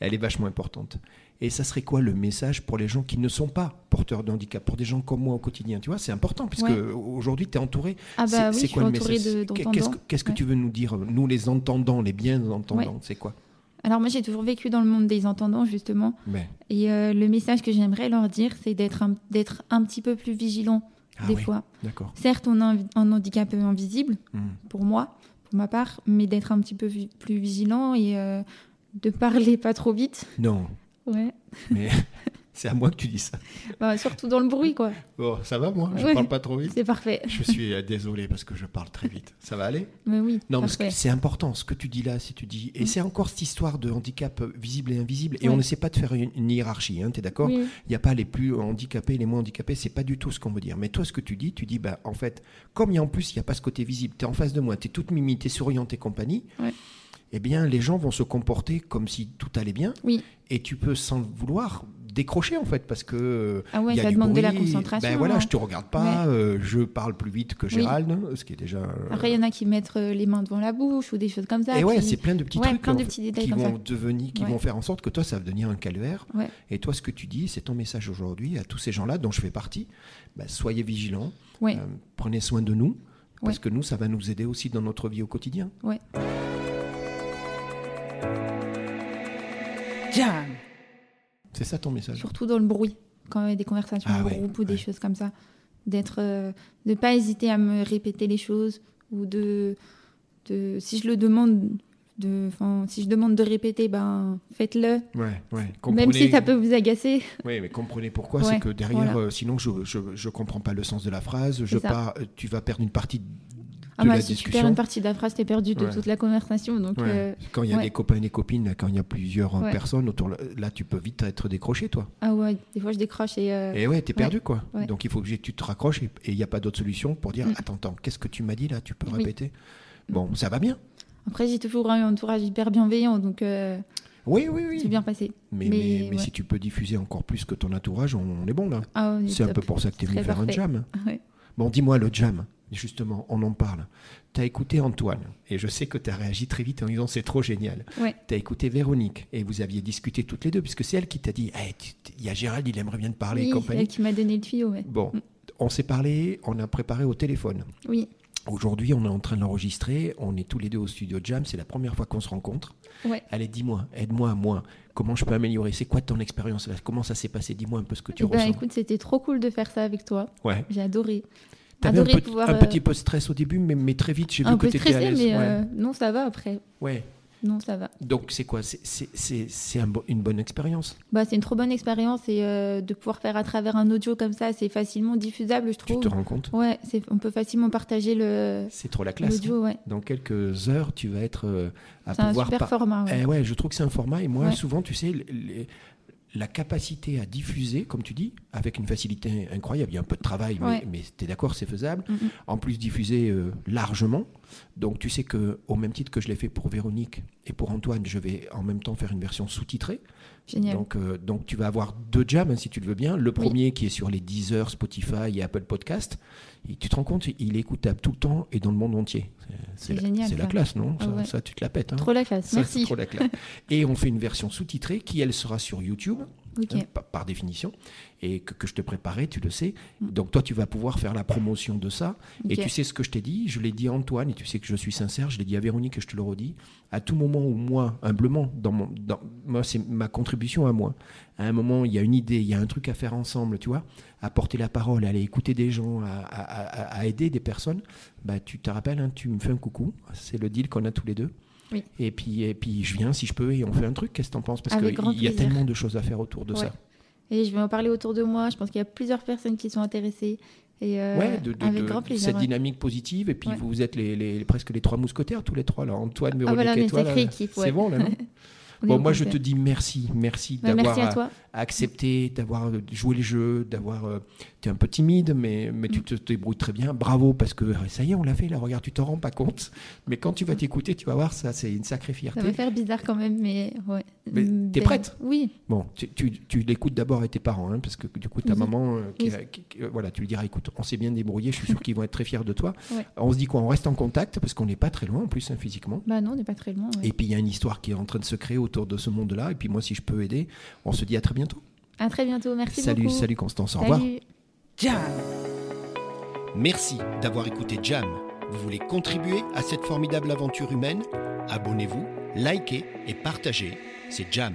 [SPEAKER 1] elle est vachement importante. Et ça serait quoi le message pour les gens qui ne sont pas porteurs de handicap, pour des gens comme moi au quotidien Tu vois, c'est important, puisque
[SPEAKER 2] Ouais.
[SPEAKER 1] aujourd'hui, tu es entouré.
[SPEAKER 2] Ah bah oui, je suis entourée de-
[SPEAKER 1] Qu'est- Qu'est-ce
[SPEAKER 2] d'entendants.
[SPEAKER 1] que, qu'est-ce que
[SPEAKER 2] Ouais.
[SPEAKER 1] tu veux nous dire, nous les entendants, les bien entendants C'est quoi
[SPEAKER 2] Alors moi j'ai toujours vécu dans le monde des entendants justement.
[SPEAKER 1] Mais,
[SPEAKER 2] Et euh, le message que j'aimerais leur dire, c'est d'être un, d'être un petit peu plus vigilant
[SPEAKER 1] ah
[SPEAKER 2] des
[SPEAKER 1] oui,
[SPEAKER 2] fois.
[SPEAKER 1] D'accord.
[SPEAKER 2] Certes, on a un, un handicap invisible,
[SPEAKER 1] Hmm.
[SPEAKER 2] pour moi, pour ma part, mais d'être un petit peu vi- plus vigilant et euh, de parler pas trop vite.
[SPEAKER 1] Non,
[SPEAKER 2] Ouais.
[SPEAKER 1] mais c'est à moi que tu dis ça.
[SPEAKER 2] Bah, surtout dans le bruit, quoi.
[SPEAKER 1] Bon, ça va, moi Je
[SPEAKER 2] Ouais.
[SPEAKER 1] parle pas trop vite
[SPEAKER 2] C'est parfait.
[SPEAKER 1] Je suis euh, désolé parce que je parle très vite. Ça va aller
[SPEAKER 2] Mais oui,
[SPEAKER 1] Non, mais
[SPEAKER 2] parfait. Mm.
[SPEAKER 1] ce- c'est important ce que tu dis là, si tu dis. Et c'est encore cette histoire de handicap euh, visible et invisible. Et
[SPEAKER 2] Ouais.
[SPEAKER 1] on n'essaie pas de faire une, une hiérarchie, hein, tu es d'accord
[SPEAKER 2] Oui, oui.
[SPEAKER 1] Il n'y a pas les plus handicapés, les moins handicapés, c'est pas du tout ce qu'on veut dire. Mais toi, ce que tu dis, tu dis, bah, en fait, comme il y a en plus, il n'y a pas ce côté visible, tu es en face de moi, tu es toute mimi, tu es souriante et compagnie,
[SPEAKER 2] Ouais.
[SPEAKER 1] eh bien, les gens vont se comporter comme si tout allait bien.
[SPEAKER 2] Oui.
[SPEAKER 1] Et tu peux, sans le vouloir, décrocher, en fait, parce que. euh,
[SPEAKER 2] Ah ouais,
[SPEAKER 1] il y a
[SPEAKER 2] ça
[SPEAKER 1] du
[SPEAKER 2] demande de la
[SPEAKER 1] bruit.
[SPEAKER 2] concentration.
[SPEAKER 1] Ben voilà,
[SPEAKER 2] hein.
[SPEAKER 1] je te regarde pas, euh, je parle plus vite que
[SPEAKER 2] Oui.
[SPEAKER 1] Gérald, ce qui est déjà. euh,
[SPEAKER 2] Après, il y en a qui mettent euh, les mains devant la bouche ou des choses comme ça.
[SPEAKER 1] et ouais,
[SPEAKER 2] qui-
[SPEAKER 1] c'est plein de petits
[SPEAKER 2] Ouais,
[SPEAKER 1] trucs
[SPEAKER 2] plein
[SPEAKER 1] en
[SPEAKER 2] de
[SPEAKER 1] fait,
[SPEAKER 2] petits détails
[SPEAKER 1] qui
[SPEAKER 2] comme
[SPEAKER 1] vont
[SPEAKER 2] ça.
[SPEAKER 1] devenir, qui
[SPEAKER 2] Ouais.
[SPEAKER 1] vont faire en sorte que toi, ça va devenir un calvaire.
[SPEAKER 2] Ouais.
[SPEAKER 1] Et toi, ce que tu dis, c'est ton message aujourd'hui à tous ces gens-là dont je fais partie. Bah, soyez vigilants,
[SPEAKER 2] Ouais.
[SPEAKER 1] euh, prenez soin de nous. Parce que nous, ça va nous aider aussi dans notre vie au quotidien.
[SPEAKER 2] Ouais.
[SPEAKER 3] Jam
[SPEAKER 1] C'est ça ton message.
[SPEAKER 2] Surtout dans le bruit, quand il y a des conversations
[SPEAKER 1] Ah
[SPEAKER 2] en
[SPEAKER 1] ouais,
[SPEAKER 2] groupe ou des
[SPEAKER 1] ouais.
[SPEAKER 2] choses comme ça. D'être, euh, de pas hésiter à me répéter les choses ou de, de si je le demande, de, 'fin, si je demande de répéter, ben faites-le.
[SPEAKER 1] Ouais, ouais.
[SPEAKER 2] Même si
[SPEAKER 1] Comprenez-
[SPEAKER 2] ça peut vous agacer.
[SPEAKER 1] Oui, mais comprenez pourquoi,
[SPEAKER 2] Ouais,
[SPEAKER 1] c'est que derrière,
[SPEAKER 2] voilà.
[SPEAKER 1] euh, sinon je ne comprends pas le sens de la phrase, je
[SPEAKER 2] ça.
[SPEAKER 1] pars, euh, tu vas perdre une partie de
[SPEAKER 2] Ah bah,
[SPEAKER 1] la
[SPEAKER 2] si tu
[SPEAKER 1] discussion.
[SPEAKER 2] perds une partie de la phrase, t'es perdu de
[SPEAKER 1] Ouais.
[SPEAKER 2] toute la conversation. Donc
[SPEAKER 1] Ouais.
[SPEAKER 2] euh,
[SPEAKER 1] Quand il y a
[SPEAKER 2] ouais.
[SPEAKER 1] des copains et des copines, quand il y a plusieurs euh,
[SPEAKER 2] Ouais.
[SPEAKER 1] personnes autour, là tu peux vite être décroché toi.
[SPEAKER 2] ah ouais, des fois je décroche et, euh,
[SPEAKER 1] Et ouais, t'es
[SPEAKER 2] ouais,
[SPEAKER 1] perdu quoi.
[SPEAKER 2] ouais.
[SPEAKER 1] Donc il faut que tu te raccroches et et il n'y a pas d'autre solution pour dire
[SPEAKER 2] Mm.
[SPEAKER 1] attends, attends, qu'est-ce que tu m'as dit là Tu peux
[SPEAKER 2] Oui.
[SPEAKER 1] répéter Bon, ça va bien.
[SPEAKER 2] après j'ai toujours un entourage hyper bienveillant, donc euh,
[SPEAKER 1] Oui, oui, oui.
[SPEAKER 2] c'est bien passé.
[SPEAKER 1] Mais, mais,
[SPEAKER 2] Mais,
[SPEAKER 1] mais
[SPEAKER 2] ouais.
[SPEAKER 1] si tu peux diffuser encore plus que ton entourage, on, on est bon là.
[SPEAKER 2] Ah, on est
[SPEAKER 1] C'est un
[SPEAKER 2] top.
[SPEAKER 1] peu pour ça que t'es
[SPEAKER 2] Ce
[SPEAKER 1] venu
[SPEAKER 2] serait
[SPEAKER 1] faire un
[SPEAKER 2] parfait.
[SPEAKER 1] jam.
[SPEAKER 2] Ah ouais.
[SPEAKER 1] Bon, dis-moi le jam. Justement, on en parle. T'as écouté Antoine, et je sais que t'as réagi très vite en disant c'est trop génial.
[SPEAKER 2] Ouais.
[SPEAKER 1] T'as écouté Véronique, et vous aviez discuté toutes les deux, puisque c'est elle qui t'a dit Hey, tu- tu- il y a Gérald, il aimerait bien te parler
[SPEAKER 2] Oui,
[SPEAKER 1] et
[SPEAKER 2] c'est
[SPEAKER 1] compagnie.
[SPEAKER 2] elle qui Mm. m'a donné le tuyau. ouais.
[SPEAKER 1] Bon, on s'est parlé, on a préparé au téléphone.
[SPEAKER 2] Oui,
[SPEAKER 1] Aujourd'hui, on est en train de l'enregistrer, on est tous les deux au studio Jam, c'est la première fois qu'on se rencontre.
[SPEAKER 2] ouais.
[SPEAKER 1] Allez, dis-moi, aide-moi, moi, comment je peux améliorer C'est quoi ton expérience là Comment ça s'est passé Dis-moi un peu ce que tu
[SPEAKER 2] Eh ben,
[SPEAKER 1] ressens.
[SPEAKER 2] écoute, c'était trop cool de faire ça avec toi.
[SPEAKER 1] Ouais.
[SPEAKER 2] J'ai adoré.
[SPEAKER 1] T'avais un,
[SPEAKER 2] adoré
[SPEAKER 1] petit-
[SPEAKER 2] pouvoir,
[SPEAKER 1] un
[SPEAKER 2] euh,
[SPEAKER 1] petit peu de stress au début, mais, mais très vite, j'ai vu
[SPEAKER 2] Un
[SPEAKER 1] que
[SPEAKER 2] peu
[SPEAKER 1] tu étais à
[SPEAKER 2] stressé,
[SPEAKER 1] l'aise.
[SPEAKER 2] mais
[SPEAKER 1] Ouais.
[SPEAKER 2] euh, non, ça va après.
[SPEAKER 1] Ouais.
[SPEAKER 2] Non, ça va.
[SPEAKER 1] Donc c'est quoi C'est- C'est c'est- c'est un bo- une bonne expérience.
[SPEAKER 2] Bah, c'est une trop bonne expérience et euh, de pouvoir faire à travers un audio comme ça, c'est facilement diffusable, je
[SPEAKER 1] Tu
[SPEAKER 2] trouve.
[SPEAKER 1] te rends compte
[SPEAKER 2] Ouais, c'est- on peut facilement partager le
[SPEAKER 1] C'est trop la classe.
[SPEAKER 2] l'audio, ouais.
[SPEAKER 1] Dans quelques heures, tu vas être euh, à
[SPEAKER 2] C'est un
[SPEAKER 1] pouvoir
[SPEAKER 2] super
[SPEAKER 1] par-
[SPEAKER 2] format. ouais.
[SPEAKER 1] Eh ouais, je trouve que c'est un format. Et moi,
[SPEAKER 2] Ouais.
[SPEAKER 1] souvent, tu sais, l- les- la capacité à diffuser, comme tu dis, avec une facilité incroyable. Il y a un peu de travail,
[SPEAKER 2] Ouais.
[SPEAKER 1] mais, tu es d'accord, c'est faisable.
[SPEAKER 2] Mhm.
[SPEAKER 1] En plus, diffuser euh, largement. Donc, tu sais que, au même titre que je l'ai fait pour Véronique et pour Antoine, je vais en même temps faire une version sous-titrée.
[SPEAKER 2] Génial.
[SPEAKER 1] Donc, euh, donc, tu vas avoir deux jams, hein, si tu le veux bien. Le premier qui est sur les Deezer, Spotify et Apple Podcast. Et tu te rends compte, il est écoutable tout le temps et dans le monde entier.
[SPEAKER 2] C'est
[SPEAKER 1] la-
[SPEAKER 2] génial,
[SPEAKER 1] C'est la
[SPEAKER 2] ça.
[SPEAKER 1] classe, non
[SPEAKER 2] Ah
[SPEAKER 1] ça,
[SPEAKER 2] ouais.
[SPEAKER 1] ça, tu te la pètes. hein.
[SPEAKER 2] Trop la classe.
[SPEAKER 1] Ça, c'est
[SPEAKER 2] Merci.
[SPEAKER 1] trop la classe. Et on fait une version sous-titrée qui, elle, sera sur YouTube,
[SPEAKER 2] Ok.
[SPEAKER 1] hein, par, par définition, et que, que je te préparais, tu le sais. Donc toi, tu vas pouvoir faire la promotion de ça.
[SPEAKER 2] Ok.
[SPEAKER 1] Et tu sais ce que je t'ai dit, je l'ai dit à Antoine, et tu sais que je suis sincère, je l'ai dit à Véronique, et je te le redis. À tout moment où moi, humblement, dans mon, dans, moi, c'est ma contribution à moi. À un moment, il y a une idée, il y a un truc à faire ensemble, tu vois, à porter la parole, à aller écouter des gens, à, à- à- à aider des personnes. Bah, tu te rappelles, hein, tu me fais un coucou. C'est le deal qu'on a tous les deux.
[SPEAKER 2] Oui.
[SPEAKER 1] Et puis, et puis je viens si je peux et on fait un truc. Qu'est-ce que t'en penses Parce
[SPEAKER 2] Avec
[SPEAKER 1] qu'il
[SPEAKER 2] grand
[SPEAKER 1] y a
[SPEAKER 2] plaisir.
[SPEAKER 1] tellement de choses à faire autour de
[SPEAKER 2] Ouais.
[SPEAKER 1] ça.
[SPEAKER 2] Et je vais en parler autour de moi. Je pense qu'il y a plusieurs personnes qui sont intéressées. Et euh,
[SPEAKER 1] ouais, de, de-
[SPEAKER 2] avec
[SPEAKER 1] de-
[SPEAKER 2] grand plaisir.
[SPEAKER 1] cette
[SPEAKER 2] ouais.
[SPEAKER 1] dynamique positive. Et puis
[SPEAKER 2] Ouais. Ah,
[SPEAKER 1] vous êtes les, les- presque les trois mousquetaires, tous les trois là. Antoine, Véronique
[SPEAKER 2] voilà, on est
[SPEAKER 1] et
[SPEAKER 2] une
[SPEAKER 1] toi. là.
[SPEAKER 2] sacrée équipe, ouais.
[SPEAKER 1] C'est bon là. non
[SPEAKER 2] On est
[SPEAKER 1] bon,
[SPEAKER 2] au
[SPEAKER 1] moi je te
[SPEAKER 2] complet.
[SPEAKER 1] dis merci, merci
[SPEAKER 2] Bah,
[SPEAKER 1] d'avoir euh,
[SPEAKER 2] merci à toi.
[SPEAKER 1] accepté, d'avoir euh, joué le jeu, d'avoir. euh, tu es un peu timide, mais, mais
[SPEAKER 2] Mm.
[SPEAKER 1] tu te te débrouilles très bien. Bravo, parce que euh, ça y est, on l'a fait là. Regarde, tu t'en rends pas compte. Mais quand tu vas t'écouter, tu vas voir, ça, c'est une sacrée fierté.
[SPEAKER 2] Mm. Ça va faire bizarre quand même, mais ouais.
[SPEAKER 1] Mais
[SPEAKER 2] Une
[SPEAKER 1] t'es
[SPEAKER 2] belle-
[SPEAKER 1] prête
[SPEAKER 2] Oui,
[SPEAKER 1] Bon, tu, tu- tu l'écoutes d'abord avec tes parents, hein, parce que du coup, ta
[SPEAKER 2] Oui.
[SPEAKER 1] maman, euh, qui-
[SPEAKER 2] Oui.
[SPEAKER 1] euh, qui- qui- euh, voilà, tu lui diras, écoute, on s'est bien débrouillé, je suis sûr qu'ils vont être très fiers de toi.
[SPEAKER 2] Ouais.
[SPEAKER 1] On se dit quoi, on reste en contact, parce qu'on n'est pas très loin en plus, hein, physiquement.
[SPEAKER 2] bah non, on n'est pas très loin. ouais.
[SPEAKER 1] Et puis, il y a une histoire qui est en train de se créer autour de ce monde-là, et puis moi, si je peux aider, on se dit à très bientôt.
[SPEAKER 2] À très bientôt, merci
[SPEAKER 1] salut,
[SPEAKER 2] beaucoup.
[SPEAKER 1] salut Constance, au
[SPEAKER 2] Salut.
[SPEAKER 1] revoir.
[SPEAKER 3] Jam
[SPEAKER 1] Merci d'avoir écouté Jam. Vous voulez contribuer à cette formidable aventure humaine Abonnez-vous, likez et partagez. C'est Jam,